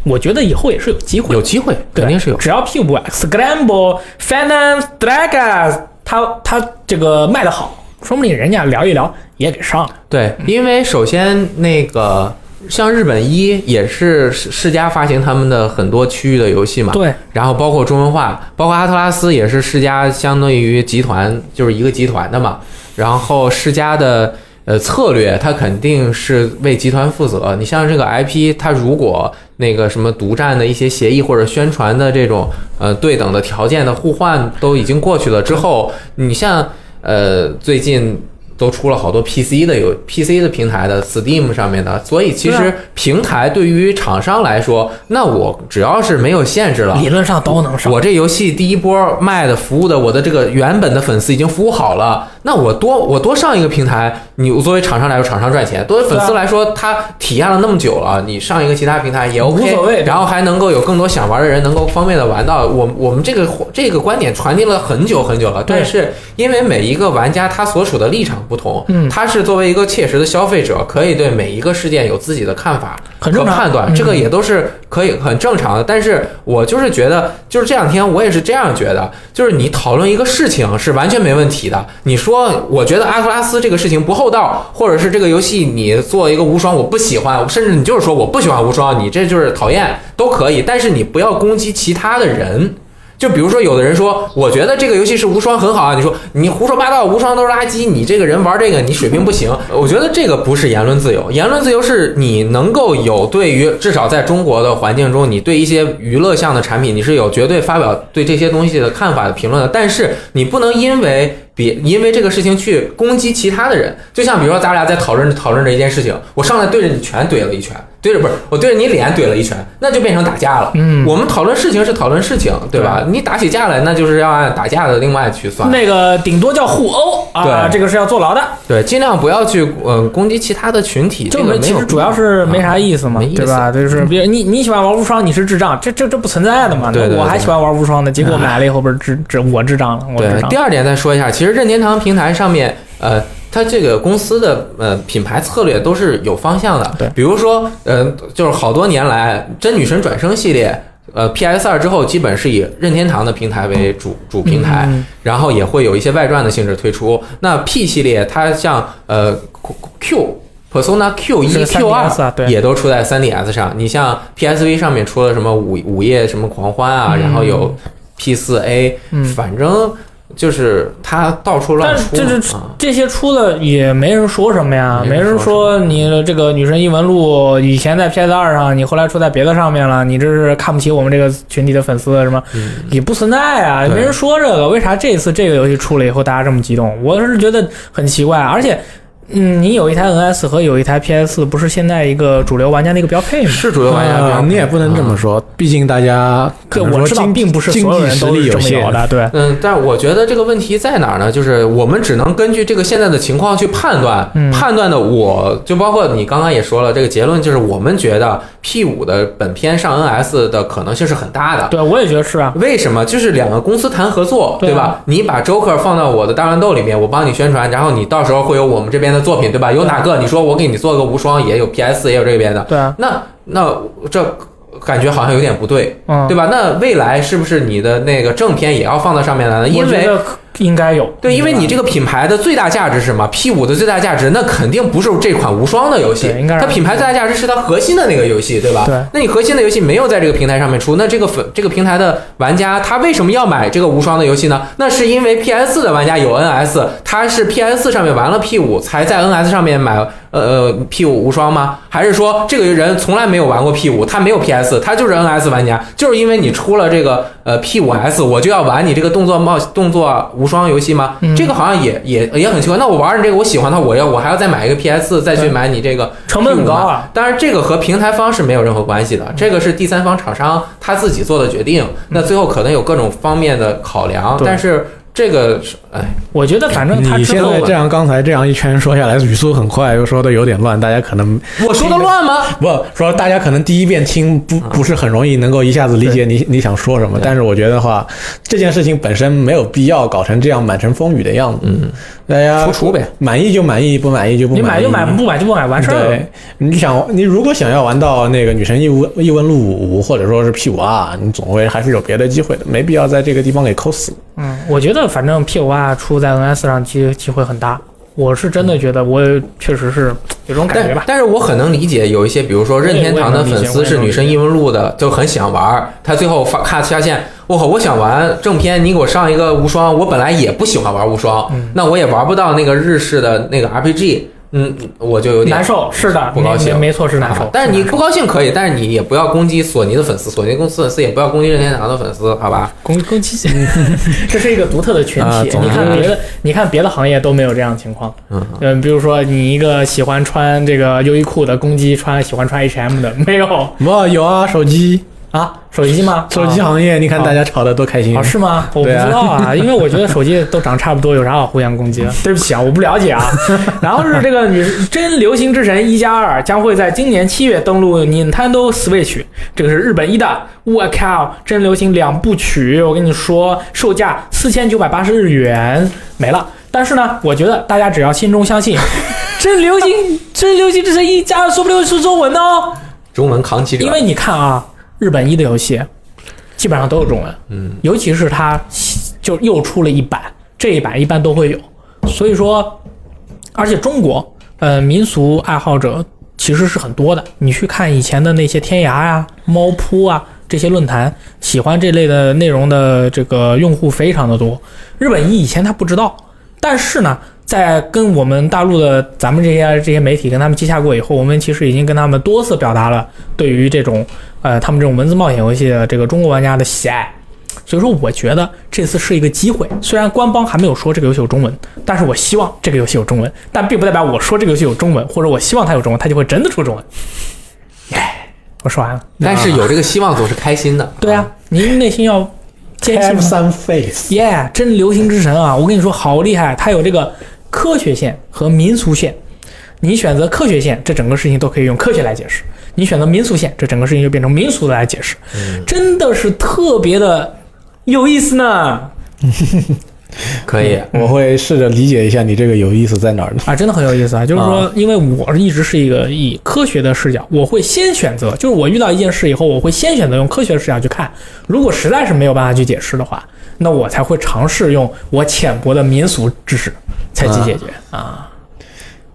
Speaker 2: 我觉得以后也是有机会，
Speaker 3: 有机会
Speaker 2: 对
Speaker 3: 肯定是有。
Speaker 2: 只要 P 五 Scramble Final Dragon 它它这个卖的好，说不定人家聊一聊也给上了。
Speaker 3: 对，因为首先那个像日本一也是世世嘉发行他们的很多区域的游戏嘛，
Speaker 2: 对，
Speaker 3: 然后包括中文化，包括阿特拉斯也是世嘉相当于集团就是一个集团的嘛，然后世嘉的。呃，策略它肯定是为集团负责。你像这个 IP，它如果那个什么独占的一些协议或者宣传的这种呃对等的条件的互换都已经过去了之后，你像呃最近都出了好多 PC 的有 PC 的平台的 Steam 上面的，所以其
Speaker 2: 对
Speaker 3: 实
Speaker 2: 啊
Speaker 3: 平台对于厂商来说，那我只要是没有限制了，
Speaker 2: 理论上都能上。
Speaker 3: 我这游戏第一波卖的服务的，我的这个原本的粉丝已经服务好了，那我多我多上一个平台，你作为厂商来说，厂商赚钱；作为粉丝来说，他体验了那么久了，你上一个其他平台也 OK，
Speaker 2: 无所谓
Speaker 3: 然后还能够有更多想玩的人能够方便的玩到。我我们这个这个观点传递了很久很久了，
Speaker 2: 对
Speaker 3: 但是因为每一个玩家他所处的立场不同，
Speaker 2: 嗯
Speaker 3: 他是作为一个切实的消费者，可以对每一个事件有自己的看法
Speaker 2: 很正
Speaker 3: 和
Speaker 2: 常
Speaker 3: 判断，
Speaker 2: 嗯
Speaker 3: 这个也都是可以很正常的。但是我就是觉得，就是这两天我也是这样觉得，就是你讨论一个事情是完全没问题的。你说，我觉得阿特拉斯这个事情不厚道，或者是这个游戏你做一个无双我不喜欢，甚至你就是说我不喜欢无双，你这就是讨厌都可以，但是你不要攻击其他的人。就比如说，有的人说，我觉得这个游戏是无双很好啊，你说你胡说八道，无双都是垃圾，你这个人玩这个你水平不行。我觉得这个不是言论自由，言论自由是你能够有对于至少在中国的环境中，你对一些娱乐项的产品你是有绝对发表对这些东西的看法的评论的，但是你不能因为。别因为这个事情去攻击其他的人，就像比如说咱俩在讨论讨论这一件事情，我上来对着你拳怼了一拳，对着不是我对着你脸怼了一拳，那就变成打架了。
Speaker 2: 嗯
Speaker 3: 我们讨论事情是讨论事情，对吧？你打起架来，那就是要按打架的另外去算。
Speaker 2: 那个顶多叫互殴啊，
Speaker 3: 对
Speaker 2: 这个是要坐牢的。
Speaker 3: 对，尽量不要去嗯、呃攻击其他的群体，
Speaker 2: 就
Speaker 3: 这个没
Speaker 2: 其
Speaker 3: 有
Speaker 2: 实主
Speaker 3: 必啊嗯
Speaker 2: 要是没啥意思嘛，
Speaker 3: 没意嗯
Speaker 2: 对吧？就是比如你你喜欢玩无双，你是智障，这这这不存在的嘛。
Speaker 3: 对对对嗯
Speaker 2: 那我还喜欢玩无双呢，结果买了以后不是智智我智障了，我智
Speaker 3: 对，
Speaker 2: 障
Speaker 3: 第
Speaker 2: 了。
Speaker 3: 二点再说一下，其实任天堂平台上面，呃，它这个公司的呃品牌策略都是有方向的。
Speaker 2: 对
Speaker 3: 比如说，呃，就是好多年来，《真女神转生》系列，呃，PS 二之后基本是以任天堂的平台为主主平台，
Speaker 2: 嗯
Speaker 3: 然后也会有一些外传的性质推出。那 P 系列，它像呃 Q。Persona Q 一、
Speaker 2: 是
Speaker 3: Q 二
Speaker 2: 3DS 啊对
Speaker 3: 也都出在 3DS 上。你像 PSV 上面出了什么午午夜什么狂欢啊，
Speaker 2: 嗯
Speaker 3: 然后有 P 四 A，
Speaker 2: 嗯
Speaker 3: 反正就是他到处乱
Speaker 2: 但
Speaker 3: 出
Speaker 2: 这
Speaker 3: 嘛，
Speaker 2: 这
Speaker 3: 啊
Speaker 2: 这些出了也没人说什么呀，没
Speaker 3: 没
Speaker 2: 人
Speaker 3: 人
Speaker 2: 说
Speaker 3: 说
Speaker 2: 你这个《女神异闻录》以前在 PS 二上，你后来出在别的上面了，你这是看不起我们这个群体的粉丝什么？
Speaker 3: 嗯
Speaker 2: 也不存在啊，
Speaker 3: 对
Speaker 2: 没人说这个。为啥这次这个游戏出了以后大家这么激动？我是觉得很奇怪，而且，嗯，你有一台 NS 和有一台 PS，不是现在一个主流玩家的一个标配吗？
Speaker 3: 是主流玩家比较
Speaker 5: 呃，
Speaker 3: 多，
Speaker 5: 你也不能这么
Speaker 3: 啊。
Speaker 5: 说，毕竟大家可
Speaker 2: 对，
Speaker 5: 能
Speaker 2: 我
Speaker 5: 说
Speaker 2: 知道
Speaker 5: 经
Speaker 2: 并不是
Speaker 5: 经
Speaker 2: 所有
Speaker 5: 济
Speaker 2: 人
Speaker 5: 实
Speaker 2: 都
Speaker 5: 力
Speaker 2: 是这
Speaker 5: 有
Speaker 2: 么
Speaker 5: 限
Speaker 2: 有的，对。
Speaker 3: 嗯，但是我觉得这个问题在哪儿呢？就是我们只能根据这个现在的情况去判断，
Speaker 2: 嗯
Speaker 3: 判断的我就包括你刚刚也说了，这个结论就是我们觉得 P 五的本片上 NS 的可能性是很大的。
Speaker 2: 对，我也觉得是啊。
Speaker 3: 为什么？就是两个公司谈合作，
Speaker 2: 对啊
Speaker 3: 对吧？你把 Joker 放到我的大乱斗里面，我帮你宣传，然后你到时候会有我们这边的作品，对吧？有哪个你说我给你做个无双，也有 PS，也有这边的，
Speaker 2: 对啊，
Speaker 3: 那那这感觉好像有点不对，
Speaker 2: 嗯，
Speaker 3: 对吧？那未来是不是你的那个正片也要放到上面来呢？因
Speaker 2: 我觉
Speaker 3: 为
Speaker 2: 得应该有。
Speaker 3: 对，因为你这个品牌的最大价值是什么？P 五的最大价值那肯定不是这款无双的游戏
Speaker 2: 对应该，是
Speaker 3: 它品牌最大价值是它核心的那个游戏，对吧？
Speaker 2: 对
Speaker 3: 那你核心的游戏没有在这个平台上面出，那这个粉这个平台的玩家他为什么要买这个无双的游戏呢？那是因为 PS 的玩家有 NS，他是 PS 上面玩了 P 五才在 NS 上面买呃呃 P 五无双吗？还是说这个人从来没有玩过 P 五，他没有 PS，他就是 NS 玩家，就是因为你出了这个呃 P 五 S，我就要玩你这个动作冒动作无双游戏吗？
Speaker 2: 嗯
Speaker 3: 这个好像也也也很奇怪。那我玩你这个，我喜欢它，我要我还要再买一个 PS，再去
Speaker 2: 对
Speaker 3: 买你这个
Speaker 2: 成本很高啊嗯
Speaker 3: 15嘛。当然，这个和平台方是没有任何关系的，这个是第三方厂商他自己做的决定。那最后可能有各种方面的考量，
Speaker 2: 对
Speaker 3: 但是这个是哎，
Speaker 2: 我觉得反正他
Speaker 4: 你
Speaker 2: 之
Speaker 4: 现
Speaker 2: 后
Speaker 4: 在这样刚才这样一圈说下来，语速很快，又说的有点乱，大家可能
Speaker 3: 我说的乱吗？
Speaker 4: 不说大家可能第一遍听不
Speaker 2: 嗯
Speaker 4: 不是很容易能够一下子理解你你想说什么，
Speaker 3: 对
Speaker 4: 但是我觉得话，这件事情本身没有必要搞成这样满城风雨的样子，
Speaker 3: 嗯，
Speaker 4: 大家
Speaker 3: 除除呗。
Speaker 4: 满意就满意，不满意就不
Speaker 2: 你
Speaker 4: 满
Speaker 2: 买
Speaker 4: 意。
Speaker 2: 就买，不买就不买，完事儿了
Speaker 4: 对。，你想，你如果想要玩到那个女神异闻异闻录五，或者说是 P 五 R，你总归还是有别的机会的，没必要在这个地方给抠死。
Speaker 2: 嗯，我觉得反正 P 五 R 出在 NS 上机机会很大。我是真的觉得，我也确实是有这种感觉
Speaker 3: 但
Speaker 2: 吧。
Speaker 3: 但是我很能理解有一些，比如说任天堂的粉丝是女神异闻录的，就很想玩儿，他最后发看发现，我靠，我想玩正片，你给我上一个无双，我本来也不喜欢玩无双，
Speaker 2: 嗯
Speaker 3: 那我也玩不到那个日式的那个 RPG，嗯，我就有点
Speaker 2: 难受，是的，
Speaker 3: 不高兴啊
Speaker 2: 没没没错，是难受。
Speaker 3: 但是你不高兴可以，但是你也不要攻击索尼的粉丝，索尼公司粉丝也不要攻击任天堂的粉丝，好吧？
Speaker 2: 攻攻击性， 这是一个独特的群
Speaker 4: 啊
Speaker 2: 体。
Speaker 4: 总
Speaker 2: 你看
Speaker 4: 之
Speaker 2: 别的，你看别的行业都没有这样的情况。
Speaker 3: 嗯
Speaker 2: 嗯，比如说你一个喜欢穿这个优衣库的攻击，穿喜欢穿 H&M 的没有
Speaker 4: 哇，有啊，手机
Speaker 2: 啊？手机吗？
Speaker 4: 手机
Speaker 2: 啊
Speaker 4: 行业，你看
Speaker 2: 啊
Speaker 4: 大家吵得多开心
Speaker 2: 哦，。是吗？我不知
Speaker 4: 对啊
Speaker 2: 道啊，因为我觉得手机都长差不多，有啥好互相攻击的？对不起啊，我不了 解啊。然后是这个女真流行之神一加二将会在今年七月登陆 Nintendo Switch，这个是日本一代。我靠，真流行两部曲，我跟你说，售价四千九百八十日元没了。但是呢，我觉得大家只要心中相 信，真流行真流行之神一加二，说不定会出中文的哦。
Speaker 3: 中文扛起者，
Speaker 2: 因为你看啊，日本一的游戏基本上都有中文，
Speaker 3: 嗯，
Speaker 2: 尤其是它就又出了一版，这一版一般都会有，所以说，而且中国呃民俗爱好者其实是很多的，你去看以前的那些天涯呀、猫扑啊这些论坛，喜欢这类的内容的这个用户非常的多。日本一以前他不知道，但是呢。在跟我们大陆的咱们这些这些媒体跟他们接洽过以后，我们其实已经跟他们多次表达了对于这种呃他们这种文字冒险游戏的这个中国玩家的喜爱。所以说，我觉得这次是一个机会。虽然官方还没有说这个游戏有中文，但是我希望这个游戏有中文，但并不代表我说这个游戏有中文，或者我希望它有中文，它就会真的出中文。唉，我说完了。
Speaker 3: 但是有这个希望总是开心的。
Speaker 2: 对啊，您内心要坚信
Speaker 4: Have
Speaker 2: 吗
Speaker 4: some faith。
Speaker 2: 耶真流行之神啊！我跟你说，好厉害，它有这个科学线和民俗线。你选择科学线，这整个事情都可以用科学来解释；你选择民俗线，这整个事情就变成民俗的来解释，真的是特别的有意思呢
Speaker 3: 可以，
Speaker 4: 我会试着理解一下你这个有意思在哪儿呢？
Speaker 2: 啊，真的很有意思啊！就是说，因为我一直是一个以科学的视角，我会先选择，就是我遇到一件事以后，我会先选择用科学的视角去看。如果实在是没有办法去解释的话，那我才会尝试用我浅薄的民俗知识才去解决啊。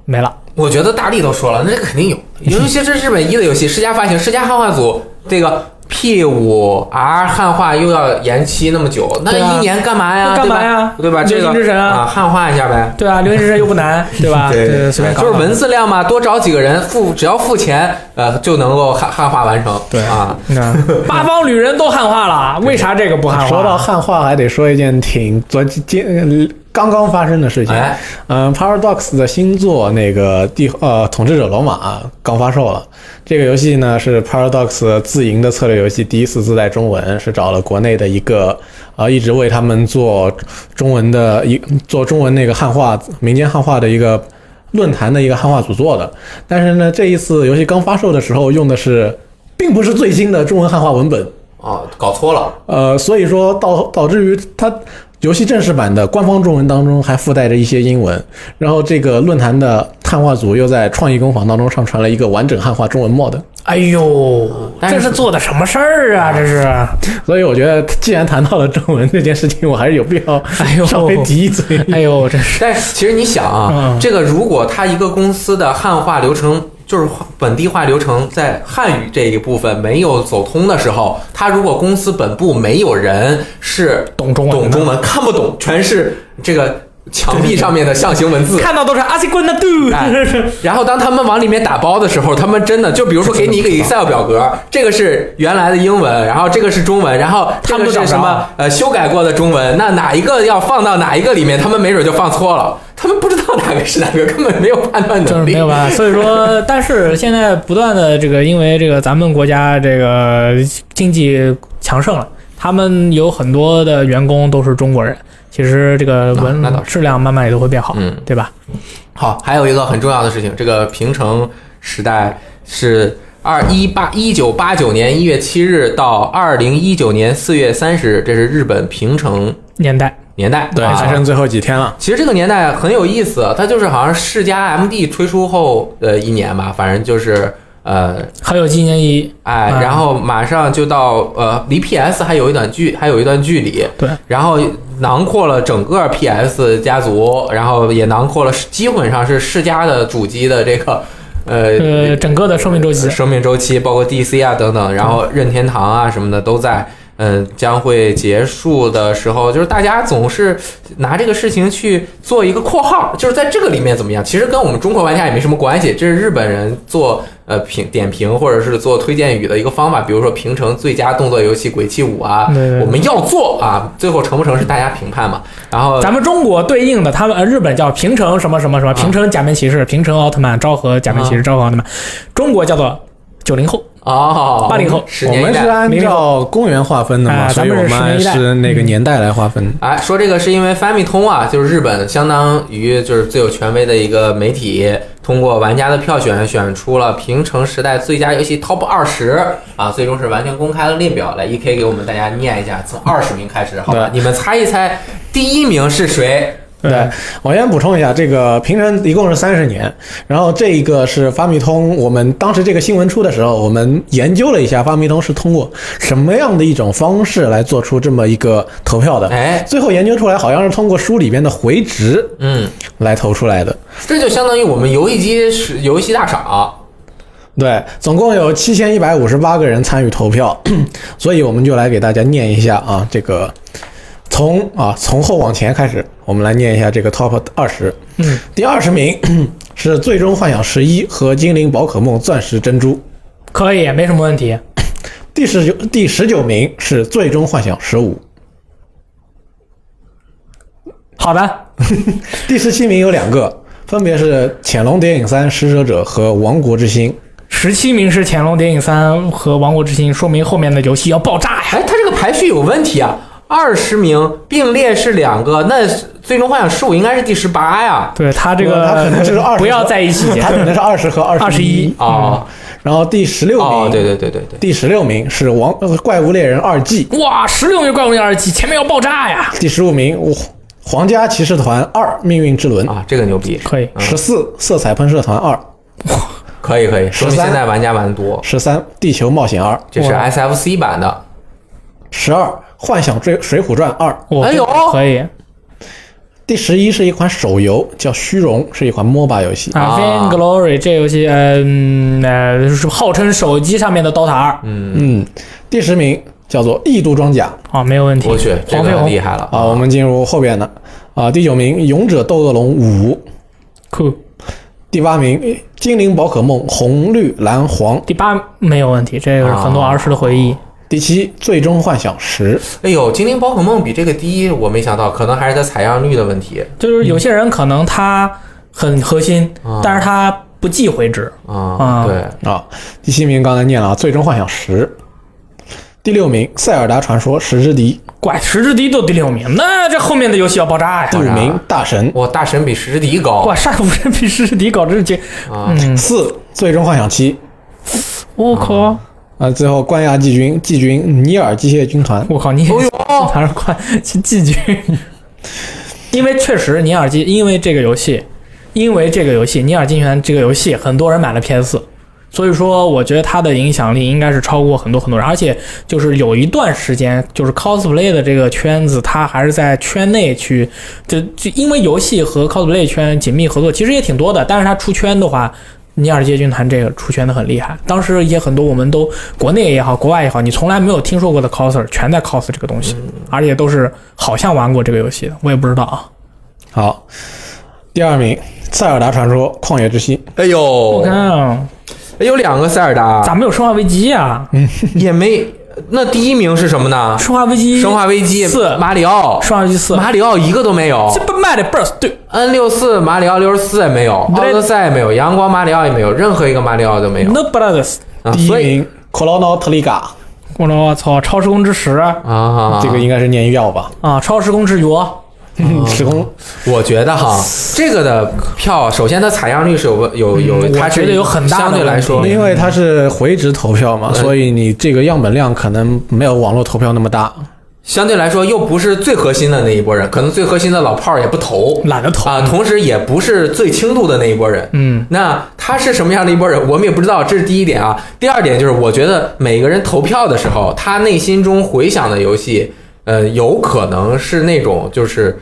Speaker 2: 没了，
Speaker 3: 我觉得大力都说了，那这肯定 有，尤其是日本一的游戏，世嘉发行，世嘉汉化组这个 P 五 R 汉化又要延期那么久，那
Speaker 2: 对啊
Speaker 3: 一年干嘛呀？
Speaker 2: 那干嘛
Speaker 3: 对吧
Speaker 2: 呀
Speaker 3: 对吧？
Speaker 2: 流
Speaker 3: 这
Speaker 2: 行
Speaker 3: 个
Speaker 2: 之神啊
Speaker 3: 啊，汉化一下呗。嗯
Speaker 2: 对啊，流行之神又不难，对吧？ 对随便搞搞
Speaker 3: 就是文字量嘛，多找几个人付，只要付钱，呃，就能够汉汉化完成。
Speaker 2: 对
Speaker 3: 啊，
Speaker 2: 啊， 八方旅人都汉化了，为啥这个不汉化？啊
Speaker 4: 说到汉化，还得说一件挺昨今呃刚刚发生的事情。
Speaker 3: 哎
Speaker 4: 嗯，Paradox 的新作那个地呃统治者罗马、啊刚发售了。这个游戏呢是 Paradox 自营的策略游戏，第一次自带中文，是找了国内的一个啊、呃一直为他们做中文的一做中文那个汉化民间汉化的一个论坛的一个汉化组做的。但是呢，这一次游戏刚发售的时候用的是，并不是最新的中文汉化文本。
Speaker 3: 哦，搞错了，
Speaker 4: 呃，所以说导导致于它游戏正式版的官方中文当中还附带着一些英文，然后这个论坛的汉化组又在创意工坊当中上传了一个完整汉化中文 mod，
Speaker 2: 哎呦，
Speaker 3: 但
Speaker 2: 这
Speaker 3: 是
Speaker 2: 是做的什么事儿啊？这是，
Speaker 4: 所以我觉得，既然谈到了中文这件事情，我还是有必 要
Speaker 2: 哎呦，
Speaker 4: 稍微提一嘴。
Speaker 2: 哎呦，真是，
Speaker 3: 但其实你想啊
Speaker 2: 嗯，
Speaker 3: 这个如果它一个公司的汉化流程，就是本地化流程，在汉语这一部分没有走通的时候，它如果公司本部没有人是
Speaker 2: 懂中文的
Speaker 3: 懂中文，看不懂，全是这个墙壁上面的象形文字。
Speaker 2: 看到都是阿西关的 do，
Speaker 3: 哎
Speaker 2: 真 是
Speaker 3: 然后当他们往里面打包的时候，他们真的就比如说给你一个 Excel 表格，这个是原来的英文，然后这个是中文，然后这
Speaker 2: 他们
Speaker 3: 个
Speaker 2: 都找不着
Speaker 3: 是什 么呃修改过的中文，那哪一个要放到哪一个里面，他们没准就放错了，他们不知道哪个是哪个，根本没有判断
Speaker 2: 就是
Speaker 3: 能力
Speaker 2: 没。有办法。所以说，但是现在不断的这个，因为这个咱们国家这个经济强盛了，他们有很多的员工都是中国人，其实这个文
Speaker 3: 那那倒是
Speaker 2: 质量慢慢也都会变好，
Speaker 3: 嗯
Speaker 2: 对吧？
Speaker 3: 好，还有一个很重要的事情，这个平成时代是二一八一九八九年一月七日到二零一九年四月三十日，这是日本平成
Speaker 2: 年代，
Speaker 3: 年代，
Speaker 4: 对，
Speaker 3: 啊
Speaker 4: 还剩最后几天了。
Speaker 3: 其实这个年代很有意思，它就是好像世嘉 MD 推出后呃一年吧，反正就是呃
Speaker 2: 还有纪念意义，
Speaker 3: 哎，
Speaker 2: 嗯
Speaker 3: 然后马上就到呃离 PS 还有一段距还有一段距离，
Speaker 2: 对，
Speaker 3: 然后囊括了整个 PS 家族，然后也囊括了基本上是世嘉的主机的这个
Speaker 2: 呃，整个的生命周期，
Speaker 3: 生命周期，包括 DC 啊等等，然后
Speaker 2: 嗯
Speaker 3: 任天堂啊什么的都在。嗯，将会结束的时候，就是大家总是拿这个事情去做一个括号，就是在这个里面怎么样？其实跟我们中国玩家也没什么关系，这是日本人做呃评点评或者是做推荐语的一个方法。比如说评成最佳动作游戏《鬼泣五》啊，
Speaker 2: 对对对
Speaker 3: 我们要做啊，最后成不成是大家评判嘛。然后
Speaker 2: 咱们中国对应的，他们呃日本叫平成什么什么什么，
Speaker 3: 啊
Speaker 2: 平成假面骑士，平成奥特曼，昭和假面骑士，昭和奥特曼，中国叫做九零后，
Speaker 3: 哦，
Speaker 2: 80后
Speaker 3: 十
Speaker 4: 我
Speaker 3: 年一
Speaker 4: 们
Speaker 3: 代
Speaker 4: 是按
Speaker 2: 明
Speaker 4: 照公元划分的嘛，
Speaker 2: 哎
Speaker 4: 所
Speaker 2: 咱
Speaker 4: 以
Speaker 2: 们
Speaker 4: 我
Speaker 2: 是
Speaker 4: 们按
Speaker 2: 十年一代嗯
Speaker 4: 是那个年代来划分。
Speaker 3: 哎，说这个是因为 Famicom 啊，就是日本相当于就是最有权威的一个媒体，通过玩家的票选选出了平成时代最佳游戏 Top 二十啊，最终是完全公开了列表。来，E.K. 给我们大家念一下，从二十名开始，好 吧？你们猜一猜，第一名是谁？
Speaker 4: 对，我先补充一下，这个平成一共是三十年，然后这一个是发米通。我们当时这个新闻出的时候，我们研究了一下发米通是通过什么样的一种方式来做出这么一个投票的。
Speaker 3: 哎
Speaker 4: 最后研究出来好像是通过书里边的回执
Speaker 3: 嗯，
Speaker 4: 来投出来的。
Speaker 3: 这就相当于我们游戏机是游戏大赏，
Speaker 4: 对，总共有七千一百五十八个人参与投票， 所以我们就来给大家念一下啊，这个从啊从后往前开始，我们来念一下这个 top 二十。
Speaker 2: 嗯，
Speaker 4: 第二十名 是《最终幻想十一》和《精灵宝可梦钻石珍珠》，
Speaker 2: 可以，没什么问题。
Speaker 4: 第十九第十九名是《最终幻想十五
Speaker 2: 好的，》，
Speaker 4: 第十七名有两个，分别是《潜龙谍影三》《使者者》和《王国之心》。
Speaker 2: 十七名是《潜龙谍影三》和《王国之心》，说明后面的游戏要爆炸呀！
Speaker 3: 哎，它这个排序有问题啊。二十名并列是两个，那最终幻想十五应该是第十八呀。
Speaker 2: 对他这
Speaker 4: 不
Speaker 2: 个，
Speaker 4: 他可能就是 20
Speaker 2: 不要在意细节
Speaker 4: 它。可能是二十和二十
Speaker 2: 21
Speaker 3: 哦、
Speaker 4: 然后第嗯十六名，
Speaker 3: 哦，对对对对对。
Speaker 4: 第十六名是王呃《怪物猎人二季》，
Speaker 2: 哇，十六名怪物猎二季，前面要爆炸呀！
Speaker 4: 第十五名《皇皇家骑士团二：命运之轮》
Speaker 3: 啊，这个牛逼，
Speaker 2: 可以，
Speaker 4: 十四《色彩喷射团二》，
Speaker 3: 可以可以，说明
Speaker 4: 13
Speaker 3: 现在玩家玩的多。
Speaker 4: 十三《地球冒险二》，
Speaker 3: 这是
Speaker 2: 哇
Speaker 3: SFC 版的，
Speaker 4: 十二《幻想追水浒传二》，
Speaker 2: 我
Speaker 3: 哎呦
Speaker 2: 可以啊
Speaker 4: 第十一是一款手游叫《虚荣》，是一款 MOBA 游戏。
Speaker 2: 啊
Speaker 3: 啊
Speaker 2: ，Vain Glory 这游戏，嗯呃，是号称手机上面的 DOTA 二，嗯，
Speaker 4: 嗯，第十名叫做《异度装甲》
Speaker 2: 啊，没有问题。
Speaker 3: 我去，这
Speaker 2: 黄飞
Speaker 3: 个厉
Speaker 2: 鸿
Speaker 3: 害了
Speaker 4: 啊，我们进入后边的啊，第九名《勇者斗恶龙五》，
Speaker 2: 酷，
Speaker 4: 第八名《精灵宝可梦红绿蓝黄》，
Speaker 2: 第八没有问题，这个是很多
Speaker 3: 啊
Speaker 2: 儿时的回忆。
Speaker 4: 第七《最终幻想十》。
Speaker 3: 哎呦，精灵宝可梦比这个低，我没想到，可能还是它采样率的问题
Speaker 2: 就是有些人可能他很核心，
Speaker 3: 啊
Speaker 2: 但是他不忌回执。
Speaker 3: 啊。
Speaker 2: 啊
Speaker 3: 对，
Speaker 4: 啊，第七名刚才念了啊，《最终幻想十》。第六名《塞尔达传说：十之敌
Speaker 2: 怪十之敌都第六名，那这后面的游戏要爆炸》，呀
Speaker 4: 第！五名《大神》，
Speaker 3: 哇，大神比石之敌高
Speaker 2: 哇，杀手神比十之敌搞这些，
Speaker 3: 啊！
Speaker 2: 嗯，
Speaker 4: 四《最终幻想七》
Speaker 2: 我靠，
Speaker 4: 啊，最后冠亚季军，季军尼尔机械军团。
Speaker 2: 我靠，你
Speaker 3: 哎呦，
Speaker 2: 还是快进去，因为确实尼尔金，因为这个游戏，因为这个游戏《尼尔金拳》这个游戏，很多人买了 PS。所以说，我觉得它的影响力应该是超过很多很多人，而且就是有一段时间，就是 cosplay 的这个圈子，它还是在圈内去，就就因为游戏和 cosplay 圈紧密合作，其实也挺多的。但是它出圈的话，尼尔街军团这个出圈的很厉害，当时也很多我们都国内也好，国外也好，你从来没有听说过的 coser 全在 cos 这个东西，
Speaker 3: 嗯
Speaker 2: 而且都是好像玩过这个游戏的，我也不知道啊。
Speaker 4: 好，第二名，《塞尔达传说：旷野之息》。
Speaker 3: 哎呦
Speaker 2: 我，看
Speaker 3: 有两个塞尔达，
Speaker 2: 咋没有生化危机啊？
Speaker 3: 嗯也没。那第一名是什么呢？
Speaker 2: 生化危机，
Speaker 3: 生化危机
Speaker 2: 四
Speaker 3: 马里奥，
Speaker 2: 生化危机四，
Speaker 3: 马里奥一个都没有
Speaker 2: 这。不卖的倍儿对。
Speaker 3: N 六四马里奥六十四也没有，奥
Speaker 2: 对
Speaker 3: 德赛也没有，阳光马里奥也没有，任何一个马里奥都没有。
Speaker 2: No brothers，
Speaker 3: 啊
Speaker 4: 第一
Speaker 3: 所以
Speaker 4: 名，《Chrono Trigger
Speaker 2: 我说我操，超时空之石
Speaker 3: 啊啊，啊》，
Speaker 4: 这个应该是念药吧？
Speaker 2: 啊，超时空之源，
Speaker 3: 哦
Speaker 4: 时空
Speaker 3: 我觉得哈，这个的票，首先它采样率是有有有，
Speaker 2: 嗯嗯
Speaker 3: 它
Speaker 2: 我觉
Speaker 3: 是
Speaker 2: 得有很大的
Speaker 3: 相对来说
Speaker 2: 问题
Speaker 4: 因为它是回执投票嘛，所以你这个样本量可能没有网络投票那么大。
Speaker 3: 相对来说又不是最核心的那一波人，可能最核心的老炮儿也不投
Speaker 2: 懒得投
Speaker 3: 啊，同时也不是最轻度的那一波人。
Speaker 2: 嗯，
Speaker 3: 那他是什么样的一波人，我们也不知道，这是第一点啊。第二点就是，我觉得每个人投票的时候，他内心中回想的游戏，呃，有可能是那种就是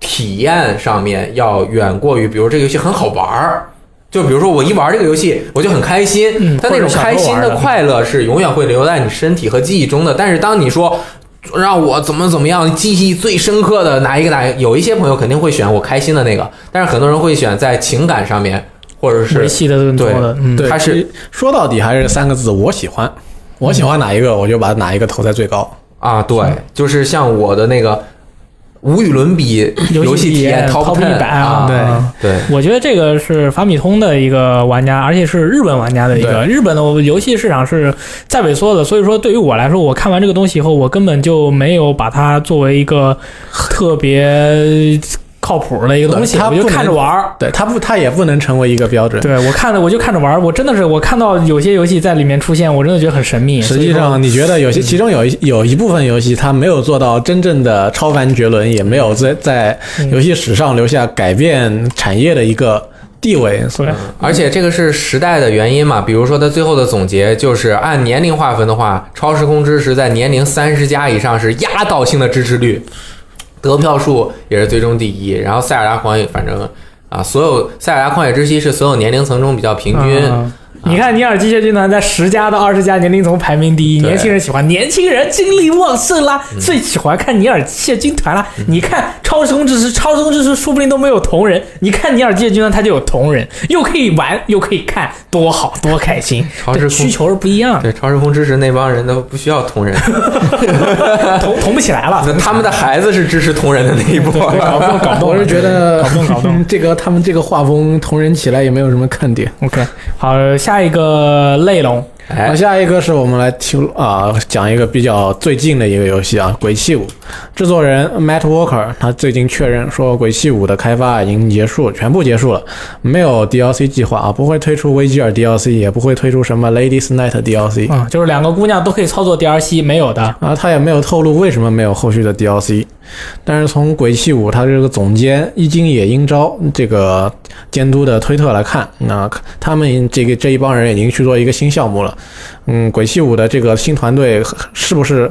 Speaker 3: 体验上面要远过于，比如这个游戏很好玩儿。就比如说，我一玩这个游戏，我就很开心。
Speaker 2: 嗯
Speaker 3: 但那
Speaker 2: 或者
Speaker 3: 种
Speaker 2: 小时候
Speaker 3: 开心
Speaker 2: 玩
Speaker 3: 的
Speaker 2: 的
Speaker 3: 快乐是永远会留在你身体和记忆中的。但是当你说让我怎么怎么样，记忆最深刻的哪一个哪一个，有一些朋友肯定会选我开心的那个，但是很多人会选在情感上面，或者
Speaker 2: 维
Speaker 3: 是
Speaker 2: 系的更多的，嗯，
Speaker 4: 对，
Speaker 3: 它是
Speaker 4: 其实说到底还是三个字，我喜欢。我喜欢哪一个，我就把哪一个投在最高。
Speaker 3: 啊，对，就是像我的那个无与伦比游戏体验
Speaker 2: top
Speaker 3: Top
Speaker 2: 一
Speaker 3: Ten
Speaker 2: 百
Speaker 3: 啊，
Speaker 2: 啊，
Speaker 3: 对对。
Speaker 2: 我觉得这个是法米通的一个玩家，而且是日本玩家的一个。
Speaker 4: 对
Speaker 2: 日本的游戏市场是在萎缩的，所以说对于我来说，我看完这个东西以后，我根本就没有把它作为一个特别靠谱的一个东西，
Speaker 4: 对它
Speaker 2: 我就
Speaker 4: 不能
Speaker 2: 看着玩儿。
Speaker 4: 对，它不，它也不能成为一个标准。
Speaker 2: 对我看着我就看着玩儿，我真的是我看到有些游戏在里面出现，我真的觉得很神秘。
Speaker 4: 实际上，你觉得
Speaker 2: 嗯
Speaker 4: 有些其中有一有一部分游戏，它没有做到真正的超凡绝伦，也没有在在
Speaker 2: 嗯
Speaker 4: 游戏史上留下改变产业的一个地位。
Speaker 2: 所以说，
Speaker 3: 而且这个是时代的原因嘛，比如说它最后的总结就是按年龄划分的话，《超时空之时》在年龄三十加以上是压倒性的支持率，得票数也是最终第一。然后《塞尔达狂野》反正啊，所有《塞尔达狂野之息》是所有年龄层中比较平均。
Speaker 2: 嗯你看，尼尔机械军团在十家到二十家年龄层排名第一，
Speaker 3: 对
Speaker 2: 年轻人喜欢，年轻人精力旺盛啦，最喜欢看尼尔机械军团啦。你看超时空之时，超时空之时说不定都没有同人，你看尼尔机械军团它就有同人，又可以玩又可以看，多好多开心。
Speaker 3: 超时
Speaker 2: 对
Speaker 3: 空
Speaker 2: 需求是不一样的，
Speaker 3: 对，《超时空之时》那帮人都不需要同人，
Speaker 2: 同同不起来了。
Speaker 3: 他们的孩子是支持同人的那一波。
Speaker 2: 搞不懂，搞不懂。
Speaker 4: 我是觉得
Speaker 2: 搞不懂，搞不 懂。
Speaker 4: 这个他们这个画风同人起来也没有什么看点。
Speaker 2: OK，好，下一个类龙，
Speaker 4: 好，
Speaker 3: 哎，
Speaker 4: 下一个是我们来听啊、讲一个比较最近的一个游戏啊，《鬼泣五》，制作人 Matt Walker 他最近确认说，《鬼泣五》的开发已经结束，全部结束了，没有 DLC 计划啊，不会推出维吉尔 DLC，也不会推出什么 Ladies Night DLC。
Speaker 2: 嗯，就是两个姑娘都可以操作 DLC，没有的。
Speaker 4: 啊，他也没有透露为什么没有后续的 DLC，但是从《鬼泣五》他这个总监一金野英昭这个监督的推特来看，那他们这个这一帮人已经去做一个新项目了。嗯，《鬼泣五》的这个新团队是不是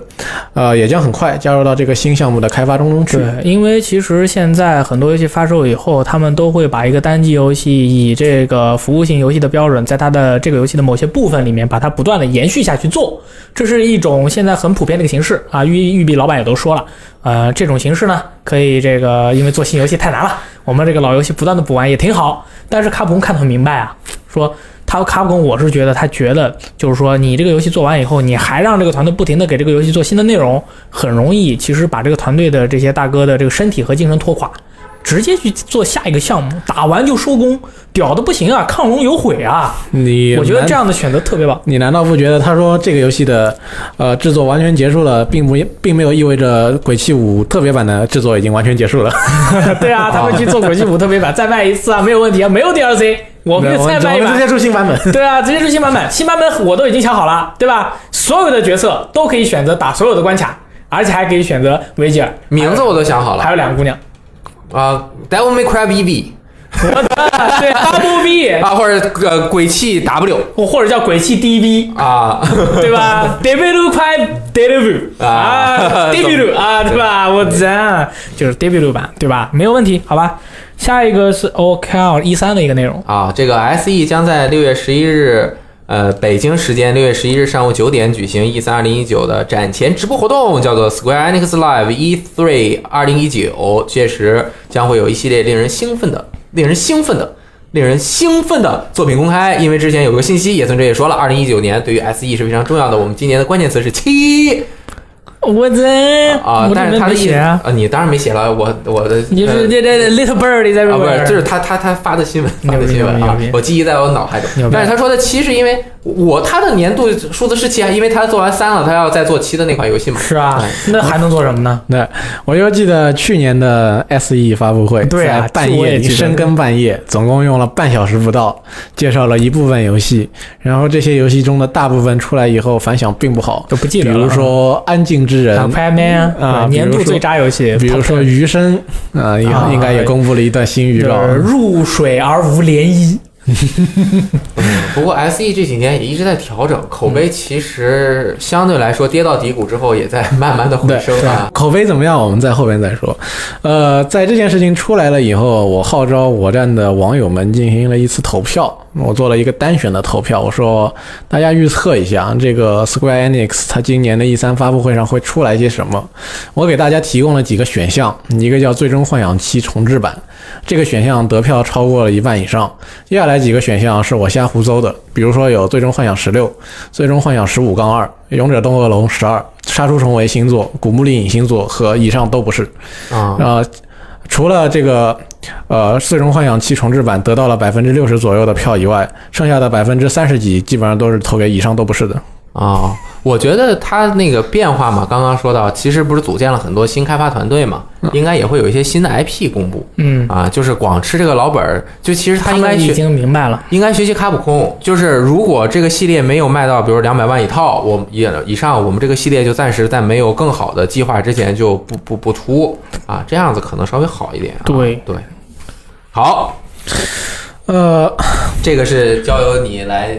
Speaker 4: 呃也将很快加入到这个新项目的开发中中去？
Speaker 2: 对，因为其实现在很多游戏发售以后，他们都会把一个单机游戏以这个服务性游戏的标准，在它的这个游戏的某些部分里面，把它不断的延续下去做，这是一种现在很普遍的一个形式啊。育育碧老板也都说了，呃，这种形式呢，可以这个因为做新游戏太难了，我们这个老游戏不断的补完也挺好。但是卡普空看得很明白啊，说他卡普空，我是觉得他觉得就是说，你这个游戏做完以后，你还让这个团队不停的给这个游戏做新的内容，很容易其实把这个团队的这些大哥的这个身体和精神拖垮，直接去做下一个项目，打完就收工，屌的不行啊，亢龙有悔啊！
Speaker 4: 你
Speaker 2: 我觉得
Speaker 4: 难
Speaker 2: 这。样的选择特别棒。
Speaker 4: 你难道不觉得他说这个游戏的，呃，制作完全结束了，并不并没有意味着《鬼泣五》特别版的制作已经完全结束了？
Speaker 2: 对啊，他们去做鬼泣五特别版，再卖一次啊，没有问题啊，没有 DLC，我们就再卖一
Speaker 4: 我们
Speaker 2: 版
Speaker 4: 直接。出新版本。
Speaker 2: 对啊，直接出新版本，新版本我都已经想好了，对吧？所有的角色都可以选择打所有的关卡，而且还可以选择维吉尔，
Speaker 3: 名字我都想好了
Speaker 2: 还有两个姑娘。
Speaker 3: 啊，《Devil May Cry BB》
Speaker 2: 对 Double B，
Speaker 3: 啊，或者呃鬼泣 W
Speaker 2: 或者叫鬼泣 DB，
Speaker 3: 啊，
Speaker 2: 对 吧？Debut Pi Debut
Speaker 3: 啊
Speaker 2: 啊
Speaker 3: 懂
Speaker 2: ，Debut 啊，对吧？我真就是 Debut 版，对吧？没有问题，好吧。下一个是哦 OKL 一，E 三的一个内容，
Speaker 3: 啊，这个 SE 将在六月十一日，呃，北京时间六月十一日上午九点举行 E 三二零一九的展前直播活动，叫做 Square Enix Live E 3二零一九，届时将会有一系列令人兴奋的、令人兴奋的。令人兴奋的作品公开，因为之前有个信息，野村哲也说了，二零一九年对于 SE 是非常重要的。我们今年的关键词是七
Speaker 2: 我真
Speaker 3: 啊
Speaker 2: 我，
Speaker 3: 但
Speaker 2: 准
Speaker 3: 是
Speaker 2: 备
Speaker 3: 他
Speaker 2: 没
Speaker 3: 的意思
Speaker 2: 写啊，
Speaker 3: 啊，你当然没写了，我我的
Speaker 2: 你
Speaker 3: 呃
Speaker 2: 是这这 Little Bird 在
Speaker 3: 啊，不
Speaker 2: 边
Speaker 3: 是，这是他他他发的新闻，
Speaker 2: 牛
Speaker 3: 发
Speaker 2: 逼
Speaker 3: 的新闻
Speaker 2: 牛
Speaker 3: 啊
Speaker 2: 逼牛逼！
Speaker 3: 我记忆在我脑海
Speaker 2: 牛
Speaker 3: 中。
Speaker 2: 逼
Speaker 3: 但是他说的七是因为我他的年度数字是七啊，因为他做完三了，他要再做七的那款 游戏嘛。
Speaker 2: 是啊，那还能做什么呢？
Speaker 4: 对，我就记得去年的 SE 发布会，
Speaker 2: 对啊
Speaker 4: 在半
Speaker 2: 我
Speaker 4: 夜
Speaker 2: 也
Speaker 4: 里
Speaker 2: 记得
Speaker 4: 深更半夜，总共用了半小时不到，介绍了一部分游戏，然后这些游戏中的大部分出来以后反响并不好，
Speaker 2: 都不记
Speaker 4: 比
Speaker 2: 得了
Speaker 4: 如说《安静之人
Speaker 2: 啊》，拍 Man
Speaker 4: 啊比如
Speaker 2: 年度
Speaker 4: 说
Speaker 2: 最渣游戏，
Speaker 4: 比如说《余生》，啊，也
Speaker 2: 啊
Speaker 4: 应该也公布了一段新预告。
Speaker 2: 就是入水而无涟
Speaker 3: 啊
Speaker 2: 漪，
Speaker 3: 不过 S E 这几年也一直在调整，口
Speaker 2: 嗯
Speaker 3: 碑其实相对来说跌到底谷之后，也在慢慢的回
Speaker 4: 对
Speaker 3: 升啊。
Speaker 4: 口碑怎么样，我们在后边再说。呃，在这件事情出来了以后，我号召我站的网友们进行了一次投票，我做了一个单选的投票，我说大家预测一下啊这个 Square Enix 它今年的 E 3发布会上会出来些什么。我给大家提供了几个选项，一个叫《最终幻想七重置版》，这个选项得票超过了一半以上。接下来几个选项是我瞎胡诌的，比如说有《最终幻想十六》《最终幻想十五杠二》《勇者斗恶龙十二》《杀出重围》星座、《古墓丽影》星座和以上都不是。
Speaker 3: 啊，
Speaker 4: 呃，除了这个呃《最终幻想七重置版》得到了百分之六十左右的票以外，剩下的百分之三十几基本上都是投给以上都不是的。
Speaker 3: 哦，我觉得它那个变化嘛，刚刚说到，其实不是组建了很多新开发团队嘛，应该也会有一些新的 IP 公布
Speaker 2: 嗯，
Speaker 3: 啊。就是光吃这个老本儿，就其实它
Speaker 2: 他
Speaker 3: 应该
Speaker 2: 们已
Speaker 3: 去。
Speaker 2: 经明白了。
Speaker 3: 应该学习卡普空，就是如果这个系列没有卖到，比如两百万一套，我们也以上我们这个系列就暂时在没有更好的计划之前就不不不出啊，这样子可能稍微好一点、啊。
Speaker 2: 对
Speaker 3: 对，好，
Speaker 4: 呃，
Speaker 3: 这个是交由你来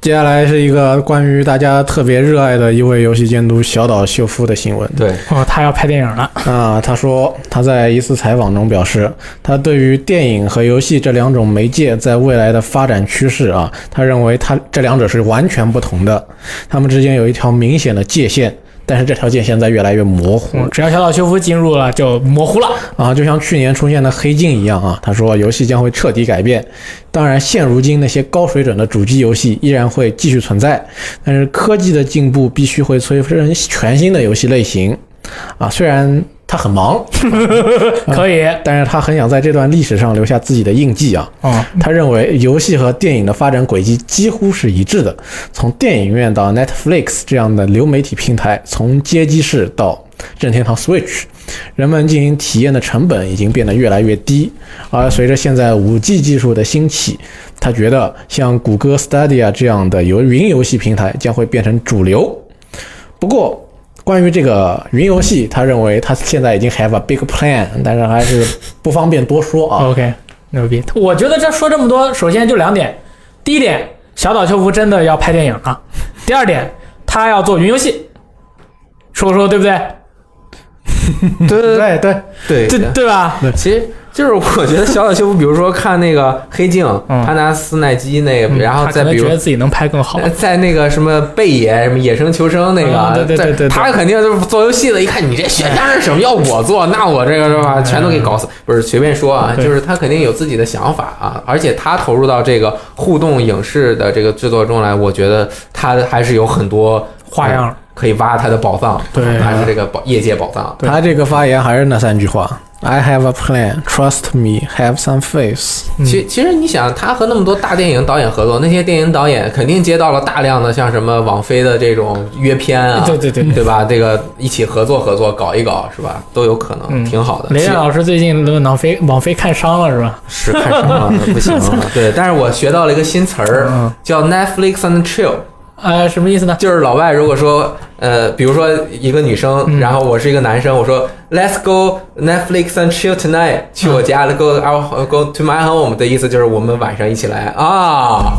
Speaker 4: 接下来是一个关于大家特别热爱的一位游戏监督小岛秀夫的新闻。
Speaker 3: 对
Speaker 2: 哦，他要拍电影了，
Speaker 4: 啊，他说他在一次采访中表示，他对于电影和游戏这两种媒介在未来的发展趋势啊，他认为他这两者是完全不同的，他们之间有一条明显的界限，但是这条界限在越来越模糊。
Speaker 2: 嗯只要小岛秀夫进入了就模糊了。
Speaker 4: 啊，就像去年出现的黑镜一样啊，他说游戏将会彻底改变。当然，现如今那些高水准的主机游戏依然会继续存在，但是科技的进步必须会催生全新的游戏类型。啊，虽然他很忙，
Speaker 3: 嗯
Speaker 2: 可以，
Speaker 4: 但是他很想在这段历史上留下自己的印记啊。
Speaker 2: 嗯，
Speaker 4: 他认为游戏和电影的发展轨迹几乎是一致的，从电影院到 Netflix 这样的流媒体平台，从街机式到任天堂 Switch，人们进行体验的成本已经变得越来越低。而随着现在 5G 技术的兴起，他觉得像谷歌 Stadia 这样的游云游戏平台将会变成主流。不过，关于这个云游戏，他认为他现在已经 have a big plan，但是还是不方便多说
Speaker 3: 哦
Speaker 4: 啊。
Speaker 2: OK，牛逼！我觉得这说这么多，首先就两点：第一点，小岛秀夫真的要拍电影了；第二点，他要做云游戏。说说对不对？
Speaker 3: 对
Speaker 4: 对对，
Speaker 3: 对
Speaker 2: 对对吧？
Speaker 3: 其实就是我觉得小岛秀夫，比如说看那个黑镜，
Speaker 2: 嗯
Speaker 3: 他拿斯奈基那个，
Speaker 2: 嗯
Speaker 3: 然后
Speaker 2: 他
Speaker 3: 再
Speaker 2: 可能
Speaker 3: 比如
Speaker 2: 觉得自己能拍更好。
Speaker 3: 在那个什么贝爷什么野生求生那个，
Speaker 2: 啊对对对
Speaker 3: 在
Speaker 2: 对对
Speaker 3: 他肯定就是做游戏的，一看你这选项是什么，要我做，那我这个是吧，全都给搞死。不是随便说啊，
Speaker 2: 对
Speaker 3: 就是他肯定有自己的想法啊，而且他投入到这个互动影视的这个制作中来，我觉得他还是有很多
Speaker 2: 花样
Speaker 3: 可以挖他的宝藏，
Speaker 2: 对
Speaker 3: 他是这个宝业界宝藏。
Speaker 4: 他这个发言还是那三句话：I have a plan, trust me, have some faith。
Speaker 2: 嗯
Speaker 3: 其其实你想，他和那么多大电影导演合作，那些电影导演肯定接到了大量的像什么网飞的这种约片啊，
Speaker 2: 对对对对
Speaker 3: 对吧？这个一起合作合作，搞一搞是吧？都有可能，
Speaker 2: 嗯
Speaker 3: 挺好的。
Speaker 2: 雷
Speaker 3: 其
Speaker 2: 电老师最近网飞网飞看伤了是吧？
Speaker 3: 是
Speaker 2: 啊 嗯
Speaker 3: 看什么了不行了，对。但是我学到了一个新词儿，叫 Netflix and chill
Speaker 2: 呃，什么意思 呢？
Speaker 3: 就是老外如果说，呃，比如说一个女生，
Speaker 2: 嗯
Speaker 3: 然后我是一个男生，我说 Let's go Netflix and chill tonight，去
Speaker 2: 嗯
Speaker 3: 我家 go out go to my home 的意思就是我们晚上一起来啊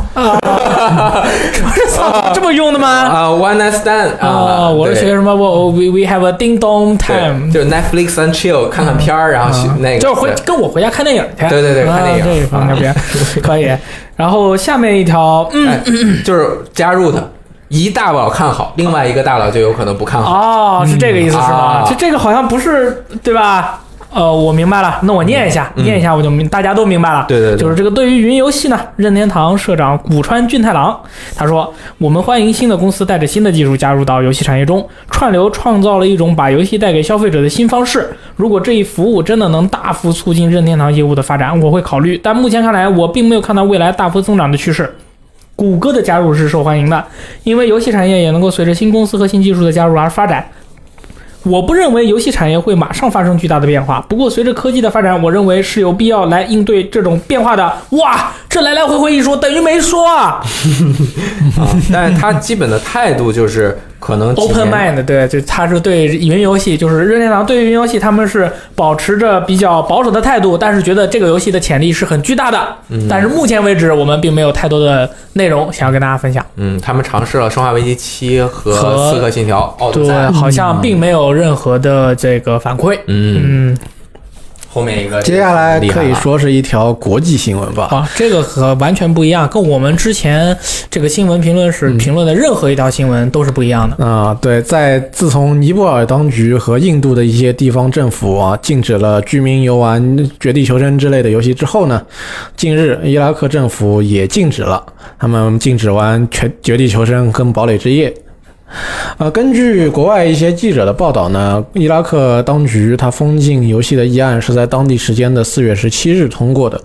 Speaker 2: 操，这么用的吗？
Speaker 3: 啊 one night stand 啊，
Speaker 2: 啊，我是
Speaker 3: 对
Speaker 2: 学什么？我 we we have a ding dong
Speaker 3: 对
Speaker 2: time，嗯
Speaker 3: 就是 Netflix and chill 看看片儿，然后去那个
Speaker 2: 就是回
Speaker 3: 对
Speaker 2: 跟我回家看电影去。
Speaker 3: 对对对看电
Speaker 2: 啊
Speaker 3: 影
Speaker 2: 这方面 可以。然后下面一条，嗯，
Speaker 3: 哎就是加入他。一大佬看好，另外一个大佬就有可能不看好。
Speaker 2: 哦，是这个意思是吗
Speaker 3: 啊？
Speaker 2: 这这个好像不是对吧？呃，我明白了，那我念一下，
Speaker 3: 嗯
Speaker 2: 念一下我就明，大家都明白了。
Speaker 3: 对对对
Speaker 2: 就是这个对于云游戏呢，任天堂社长古川俊太郎他说：“我们欢迎新的公司带着新的技术加入到游戏产业中，串流创造了一种把游戏带给消费者的新方式。如果这一服务真的能大幅促进任天堂业务的发展，我会考虑。但目前看来，我并没有看到未来大幅增长的趋势。”谷歌的加入是受欢迎的，因为游戏产业也能够随着新公司和新技术的加入而发展。我不认为游戏产业会马上发生巨大的变化，不过随着科技的发展，我认为是有必要来应对这种变化的。哇，这来来回回一说，等于没说啊。
Speaker 3: 啊但是他基本的态度就是可能几
Speaker 2: Open
Speaker 3: 年
Speaker 2: mind，对，就他是对云游戏，就是任天堂对云游戏，他们是保持着比较保守的态度，但是觉得这个游戏的潜力是很巨大的。
Speaker 3: 嗯
Speaker 2: 但是目前为止，我们并没有太多的内容想要跟大家分享。
Speaker 3: 嗯，他们尝试了《生化危机七》和
Speaker 2: 和
Speaker 3: 《刺客信条：奥德
Speaker 2: 对
Speaker 3: 赛》，。
Speaker 2: 好像并没有任何的这个反馈。
Speaker 3: 嗯，
Speaker 2: 嗯，
Speaker 3: 后面一个
Speaker 4: 接下来
Speaker 3: 厉害
Speaker 4: 可以
Speaker 3: 了
Speaker 4: 说是一条国际新闻吧。
Speaker 2: 啊，这个和完全不一样，跟我们之前这个新闻评论室评论的任何一条新闻都是不一样的。
Speaker 4: 啊、对，在自从尼泊尔当局和印度的一些地方政府啊禁止了居民游玩《绝地求生》之类的游戏之后呢，近日伊拉克政府也禁止了他们禁止玩《全绝地求生》跟《堡垒之夜》。呃，根据国外一些记者的报道呢，伊拉克当局它封禁游戏的议案是在当地时间的四月十七日通过的。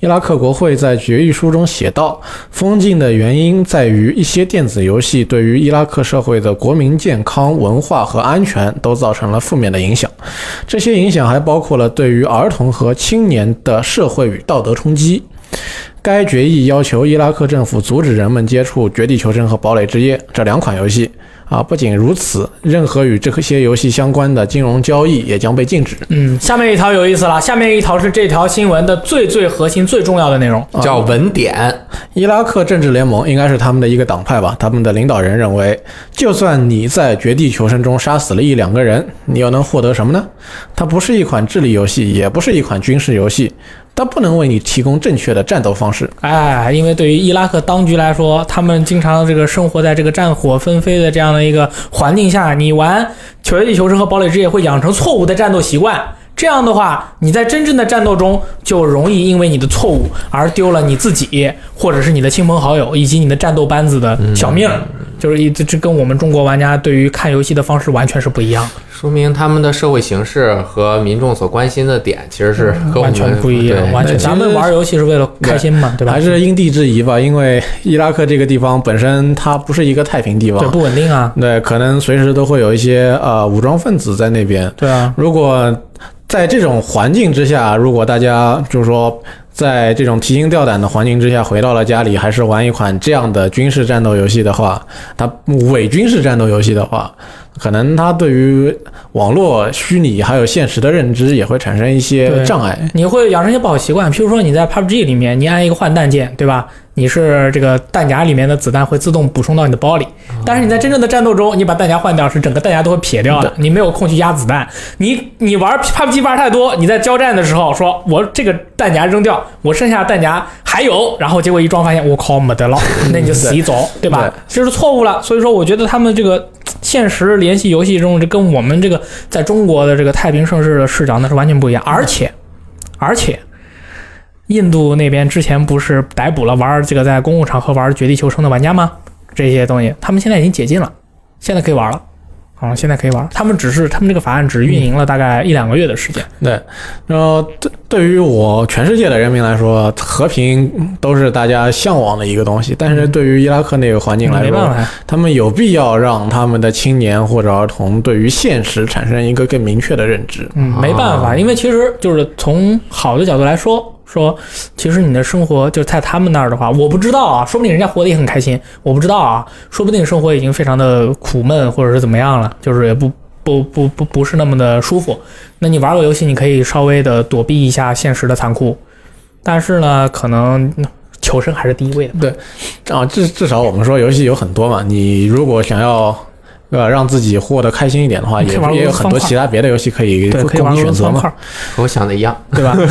Speaker 4: 伊拉克国会在决议书中写道，封禁的原因在于一些电子游戏对于伊拉克社会的国民健康、文化和安全都造成了负面的影响。这些影响还包括了对于儿童和青年的社会与道德冲击。该决议要求伊拉克政府阻止人们接触《绝地求生》和《堡垒之夜》这两款游戏。啊，不仅如此，任何与这些游戏相关的金融交易也将被禁止。
Speaker 2: 嗯，下面一条有意思了，下面一条是这条新闻的最最核心、最重要的内容。
Speaker 3: 叫
Speaker 4: 啊
Speaker 3: 文典，
Speaker 4: 伊拉克政治联盟应该是他们的一个党派吧？他们的领导人认为，就算你在《绝地求生》中杀死了一两个人，你又能获得什么呢？它不是一款智力游戏，也不是一款军事游戏，它不能为你提供正确的战斗方式。
Speaker 2: 哎，因为对于伊拉克当局来说，他们经常这个生活在这个战火纷飞的这样的一个环境下，你玩《绝地求生》和《堡垒之夜》会养成错误的战斗习惯。这样的话，你在真正的战斗中就容易因为你的错误而丢了你自己，或者是你的亲朋好友以及你的战斗班子的小命儿。就是一这这跟我们中国玩家对于看游戏的方式完全是不一样的。
Speaker 3: 说明他们的社会形势和民众所关心的点其实是和
Speaker 2: 嗯
Speaker 3: 我们
Speaker 2: 完全不一样，
Speaker 3: 对
Speaker 2: 完全。
Speaker 4: 对
Speaker 2: 咱们玩游戏是为了开心嘛，对吧？
Speaker 4: 还是因地制宜吧，因为伊拉克这个地方本身它不是一个太平地
Speaker 2: 对
Speaker 4: 方，
Speaker 2: 不稳定啊，
Speaker 4: 对，可能随时都会有一些呃武装分子在那边。
Speaker 2: 对啊，
Speaker 4: 如果在这种环境之下，如果大家就是说在这种提心吊胆的环境之下回到了家里，还是玩一款这样的军事战斗游戏的话，它伪军事战斗游戏的话，可能它对于网络虚拟还有现实的认知也会产生一些
Speaker 2: 对
Speaker 4: 障碍。
Speaker 2: 你会养成一些不好习惯，譬如说你在 PUBG 里面，你按一个换弹键，对吧？你是这个弹夹里面的子弹会自动补充到你的包里，但是你在真正的战斗中，你把弹夹换掉，是整个弹夹都会撇掉的，你没有空去压子弹。你你玩 PUBG 玩太多，你在交战的时候说，我这个弹夹扔掉，我剩下的弹夹还有，然后结果一装发现，我靠，没得了，那你就死一走，对吧？这是错误了。所以说，我觉得他们这个现实联系游戏中，这跟我们这个在中国的这个太平盛世的市长那是完全不一样，而且。而且，印度那边之前不是逮捕了玩这个在公共场合玩《绝地求生》的玩家吗？这些东西，他们现在已经解禁了，现在可以玩了。啊，现在可以玩。他们只是他们这个法案只运营了大概一两个月的时间。
Speaker 4: 对，然后对对于我全世界的人民来说，和平都是大家向往的一个东西，但是对于伊拉克那个环境来
Speaker 2: 没
Speaker 4: 说，
Speaker 2: 办法，
Speaker 4: 他们有必要让他们的青年或者儿童对于现实产生一个更明确的认知。
Speaker 2: 嗯，没办法，因为其实就是从好的角度来说，说其实你的生活就是在他们那儿的话，我不知道啊，说不定人家活得也很开心，我不知道啊，说不定生活已经非常的苦闷或者是怎么样了，就是也不不不不不是那么的舒服。那你玩过游戏，你可以稍微的躲避一下现实的残酷，但是呢，可能求生还是第一位的。
Speaker 4: 啊，至至少我们说游戏有很多嘛，你如果想要呃让自己活得开心一点的话，
Speaker 2: 你可以
Speaker 4: 也
Speaker 2: 玩
Speaker 4: 也有
Speaker 2: 俄罗斯
Speaker 4: 很多
Speaker 2: 方块
Speaker 4: 其他别的游戏可以
Speaker 2: 对，可以玩
Speaker 4: 供你
Speaker 2: 俄罗
Speaker 4: 选
Speaker 2: 斯
Speaker 4: 择
Speaker 2: 方
Speaker 4: 嘛。
Speaker 2: 块，
Speaker 3: 和我想的一样。
Speaker 2: 对吧？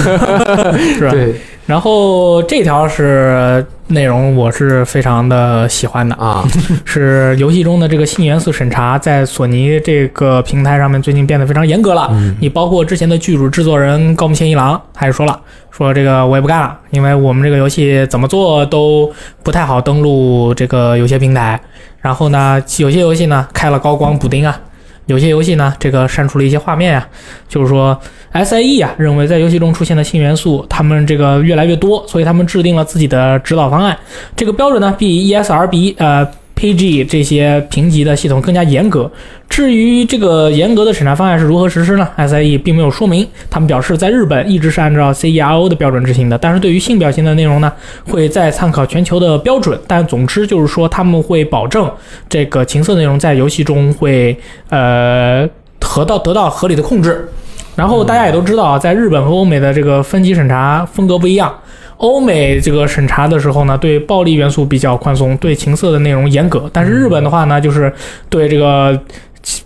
Speaker 2: 是吧？
Speaker 3: 对
Speaker 2: 然后这条是内容，我是非常的喜欢的，
Speaker 3: 啊，
Speaker 2: 是游戏中的这个性元素审查，在索尼这个平台上面最近变得非常严格了。你包括之前的剧组制作人高木健一郎，他也说了，说这个我也不干了，因为我们这个游戏怎么做都不太好登录这个有些平台。然后呢，有些游戏呢开了高光补丁啊，有些游戏呢这个删除了一些画面啊，就是说 SIE 啊认为在游戏中出现的新元素，他们这个越来越多，所以他们制定了自己的指导方案。这个标准呢比 ESRB 呃 PG 这些评级的系统更加严格。至于这个严格的审查方案是如何实施呢？SIE 并没有说明。他们表示，在日本一直是按照 CERO 的标准执行的，但是对于性表现的内容呢，会再参考全球的标准。但总之就是说，他们会保证这个情色内容在游戏中会呃得到得到合理的控制。然后大家也都知道啊，在日本和欧美的这个分级审查风格不一样。欧美这个审查的时候呢，对暴力元素比较宽松，对情色的内容严格。但是日本的话呢，就是对这个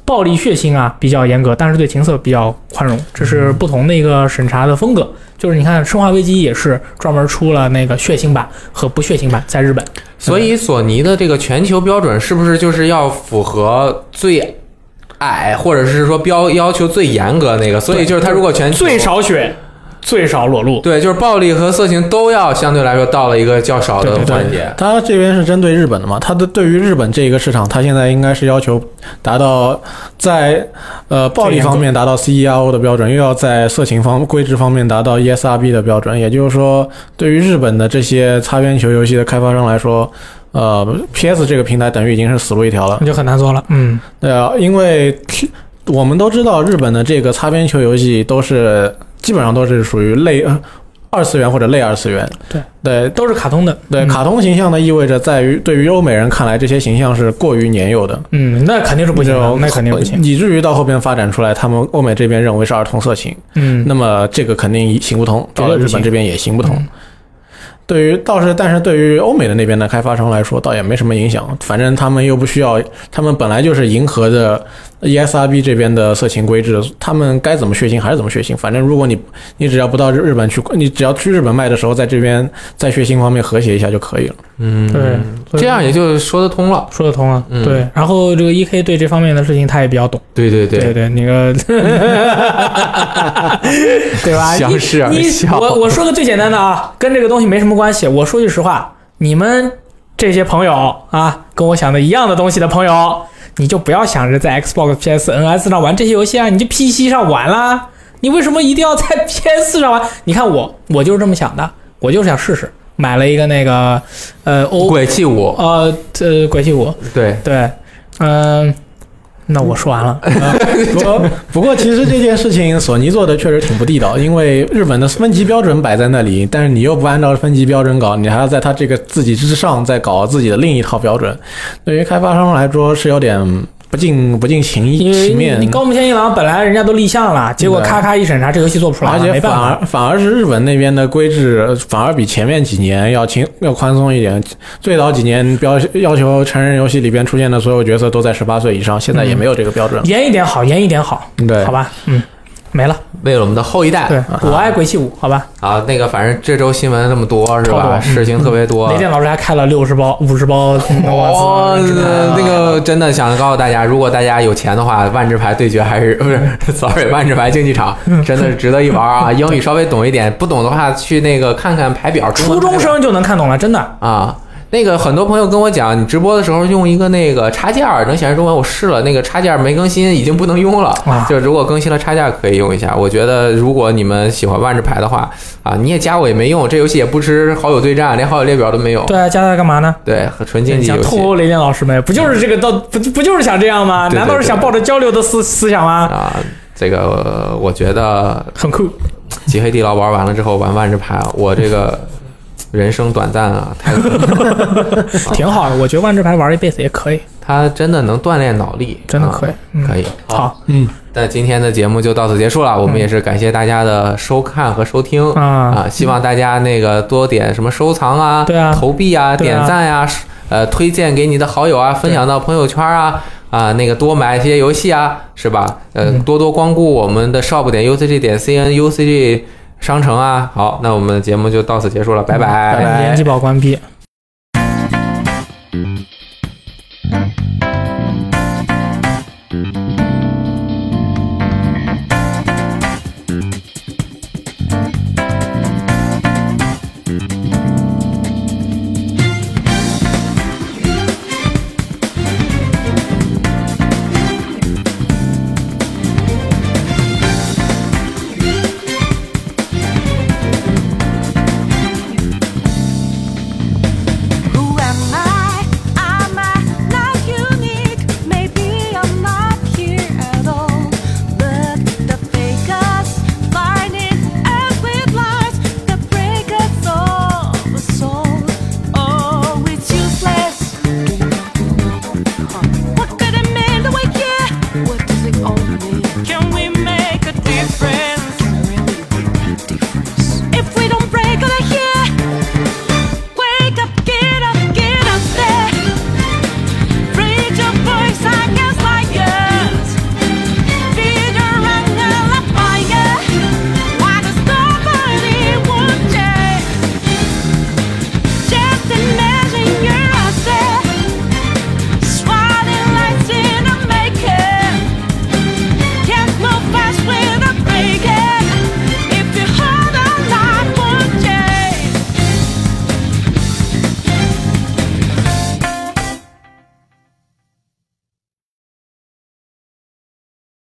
Speaker 2: 暴力血腥啊比较严格，但是对情色比较宽容，这是不同的一个审查的风格。就是你看《生化危机》也是专门出了那个血腥版和不血腥版，在日本。
Speaker 3: 所以索尼的这个全球标准是不是就是要符合最矮，或者是说标要求最严格那个？所以就是它如果全球
Speaker 2: 最少血，最少裸露，
Speaker 3: 对，就是暴力和色情都要相对来说到了一个较少的
Speaker 2: 对
Speaker 3: 环节。
Speaker 4: 它这边是针对日本的嘛？它的对于日本这一个市场，它现在应该是要求达到在呃暴力方面达到 CERO 的标准，又要在色情方规制方面达到 E ESRB 的标准。也就是说，对于日本的这些擦边球游戏的开发商来说，呃，PS 这个平台等于已经是死路一条了。
Speaker 2: 那就很难做了。嗯，
Speaker 4: 对啊，因为我们都知道日本的这个擦边球游戏都是基本上都是属于类呃二次元或者类二次元。
Speaker 2: 对
Speaker 4: 对，
Speaker 2: 都是卡通的。
Speaker 4: 对，
Speaker 2: 嗯
Speaker 4: 卡通形象呢，意味着在于对于欧美人看来，这些形象是过于年幼的，
Speaker 2: 嗯，那肯定是不行的
Speaker 4: 就，
Speaker 2: 那肯定不行。
Speaker 4: 以至于到后边发展出来，他们欧美这边认为是儿童色情，
Speaker 2: 嗯，
Speaker 4: 那么这个肯定行不通，
Speaker 2: 绝
Speaker 4: 到
Speaker 2: 对
Speaker 4: 了
Speaker 2: 不行
Speaker 4: 日本这边也行不通
Speaker 2: 嗯。
Speaker 4: 对于倒是，但是对于欧美的那边的开发商来说，倒也没什么影响。反正他们又不需要，他们本来就是迎合着 E ESRB 这边的色情规制，他们该怎么血腥还是怎么血腥。反正如果你你只要不到日日本去，你只要去日本卖的时候，在这边在血腥方面和谐一下就可以了。
Speaker 3: 嗯，
Speaker 2: 对，所以
Speaker 3: 这样也就说得通了。
Speaker 2: 说得通啊。
Speaker 3: 嗯
Speaker 2: 对，然后这个 E K 对这方面的事情他也比较懂。
Speaker 3: 对对
Speaker 2: 对对，那 个，对吧？
Speaker 3: 相视而
Speaker 2: 一一
Speaker 3: 笑
Speaker 2: 我我说个最简单的啊，跟这个东西没什么关系。我说句实话，你们这些朋友啊，跟我想的一样的东西的朋友，你就不要想着在 Xbox、PS、NS 上玩这些游戏啊，你就 PC 上玩啦。你为什么一定要在 PS 上玩？你看我，我就是这么想的，我就是想试试，买了一个那个呃欧
Speaker 3: 鬼泣五，
Speaker 2: 呃呃鬼泣五，
Speaker 3: 对，
Speaker 2: 对，嗯、那我说完了。
Speaker 4: 不过，不过其实这件事情索尼做的确实挺不地道，因为日本的分级标准摆在那里，但是你又不按照分级标准搞，你还要在它这个自己之上再搞自己的另一套标准，对于开发商来说是有点不尽不尽情
Speaker 2: 因
Speaker 4: 意
Speaker 2: 为
Speaker 4: 情面
Speaker 2: 你。高木健一郎本来人家都立项
Speaker 3: 嗯
Speaker 2: 了，结果
Speaker 4: 对
Speaker 2: 咔咔一审查，这游戏做不出来
Speaker 4: 而
Speaker 2: 了，
Speaker 4: 且
Speaker 2: 没
Speaker 4: 反
Speaker 2: 办法。
Speaker 4: 而反而是日本那边的规制，反而比前面几年要轻要宽松一点。最早几年标要求成人游戏里边出现的所有角色都在十八岁以上，现在也没有这个标准了。
Speaker 2: 严一点好，严一点好，
Speaker 4: 对，
Speaker 2: 好吧，嗯，没了。
Speaker 3: 为了我们的后一代。
Speaker 2: 对，我爱鬼泣五，好吧。
Speaker 3: 啊，那个反正这周新闻那么多是
Speaker 2: 超多
Speaker 3: 吧？
Speaker 2: 嗯
Speaker 3: 事情特别多。
Speaker 2: 雷电老师还开了六十包、五十包，
Speaker 3: 哦
Speaker 2: 我，
Speaker 3: 那
Speaker 2: 啊
Speaker 3: 个真的想告诉大家，如果大家有钱的话，万智牌对决还是不是 ？sorry，万智牌竞技场
Speaker 2: 嗯
Speaker 3: 真的是值得一 玩啊！英语稍微懂一点，不懂的话去那个看看牌表。
Speaker 2: 初中
Speaker 3: 文牌
Speaker 2: 生就能看懂了，真的。
Speaker 3: 表啊，那个很多朋友跟我讲，你直播的时候用一个那个插件儿能显示中文，我试了，那个插件儿没更新，已经不能用了
Speaker 2: 哇。
Speaker 3: 就如果更新了插件儿可以用一下。我觉得如果你们喜欢万智牌的话啊，你也加我也没用，这游戏也不支持好友对战，连好友列表都没有。
Speaker 2: 对啊，加他干嘛呢？
Speaker 3: 对，很纯竞
Speaker 2: 你
Speaker 3: 技
Speaker 2: 想
Speaker 3: 游
Speaker 2: 偷
Speaker 3: 戏
Speaker 2: 雷电老师呗？不就是这个道，不不就是想这样吗？
Speaker 3: 对对啊
Speaker 2: 难道是
Speaker 3: 对
Speaker 2: 想
Speaker 3: 对
Speaker 2: 抱着交流的思思想吗？
Speaker 3: 啊。这个我觉得
Speaker 2: 很酷，
Speaker 3: 极黑地牢玩完了之后，玩万智牌，啊我这个人生短暂啊，太可怕了
Speaker 2: 挺好的。我觉得万智牌玩一辈子也可以，
Speaker 3: 它真的能锻炼脑力，
Speaker 2: 真的可以
Speaker 3: 啊
Speaker 2: 嗯
Speaker 3: 可以。
Speaker 2: 好
Speaker 3: 那今天的节目就到此结束了，我们也是感谢大家的收看和收听
Speaker 2: 啊
Speaker 3: 啊，希望大家那个多点什么收藏啊、
Speaker 2: 对啊
Speaker 3: 投币啊、
Speaker 2: 对啊
Speaker 3: 点赞呀、呃，推荐给你的好友啊，分享到朋友圈啊。啊，那个多买一些游戏啊，是吧？呃，
Speaker 2: 嗯
Speaker 3: 多多光顾我们的 shop 点 ucg 点 cn ucg 商城啊。好，那我们的节目就到此结束了，拜拜，
Speaker 2: 嗯把编辑宝关闭。
Speaker 1: Oh,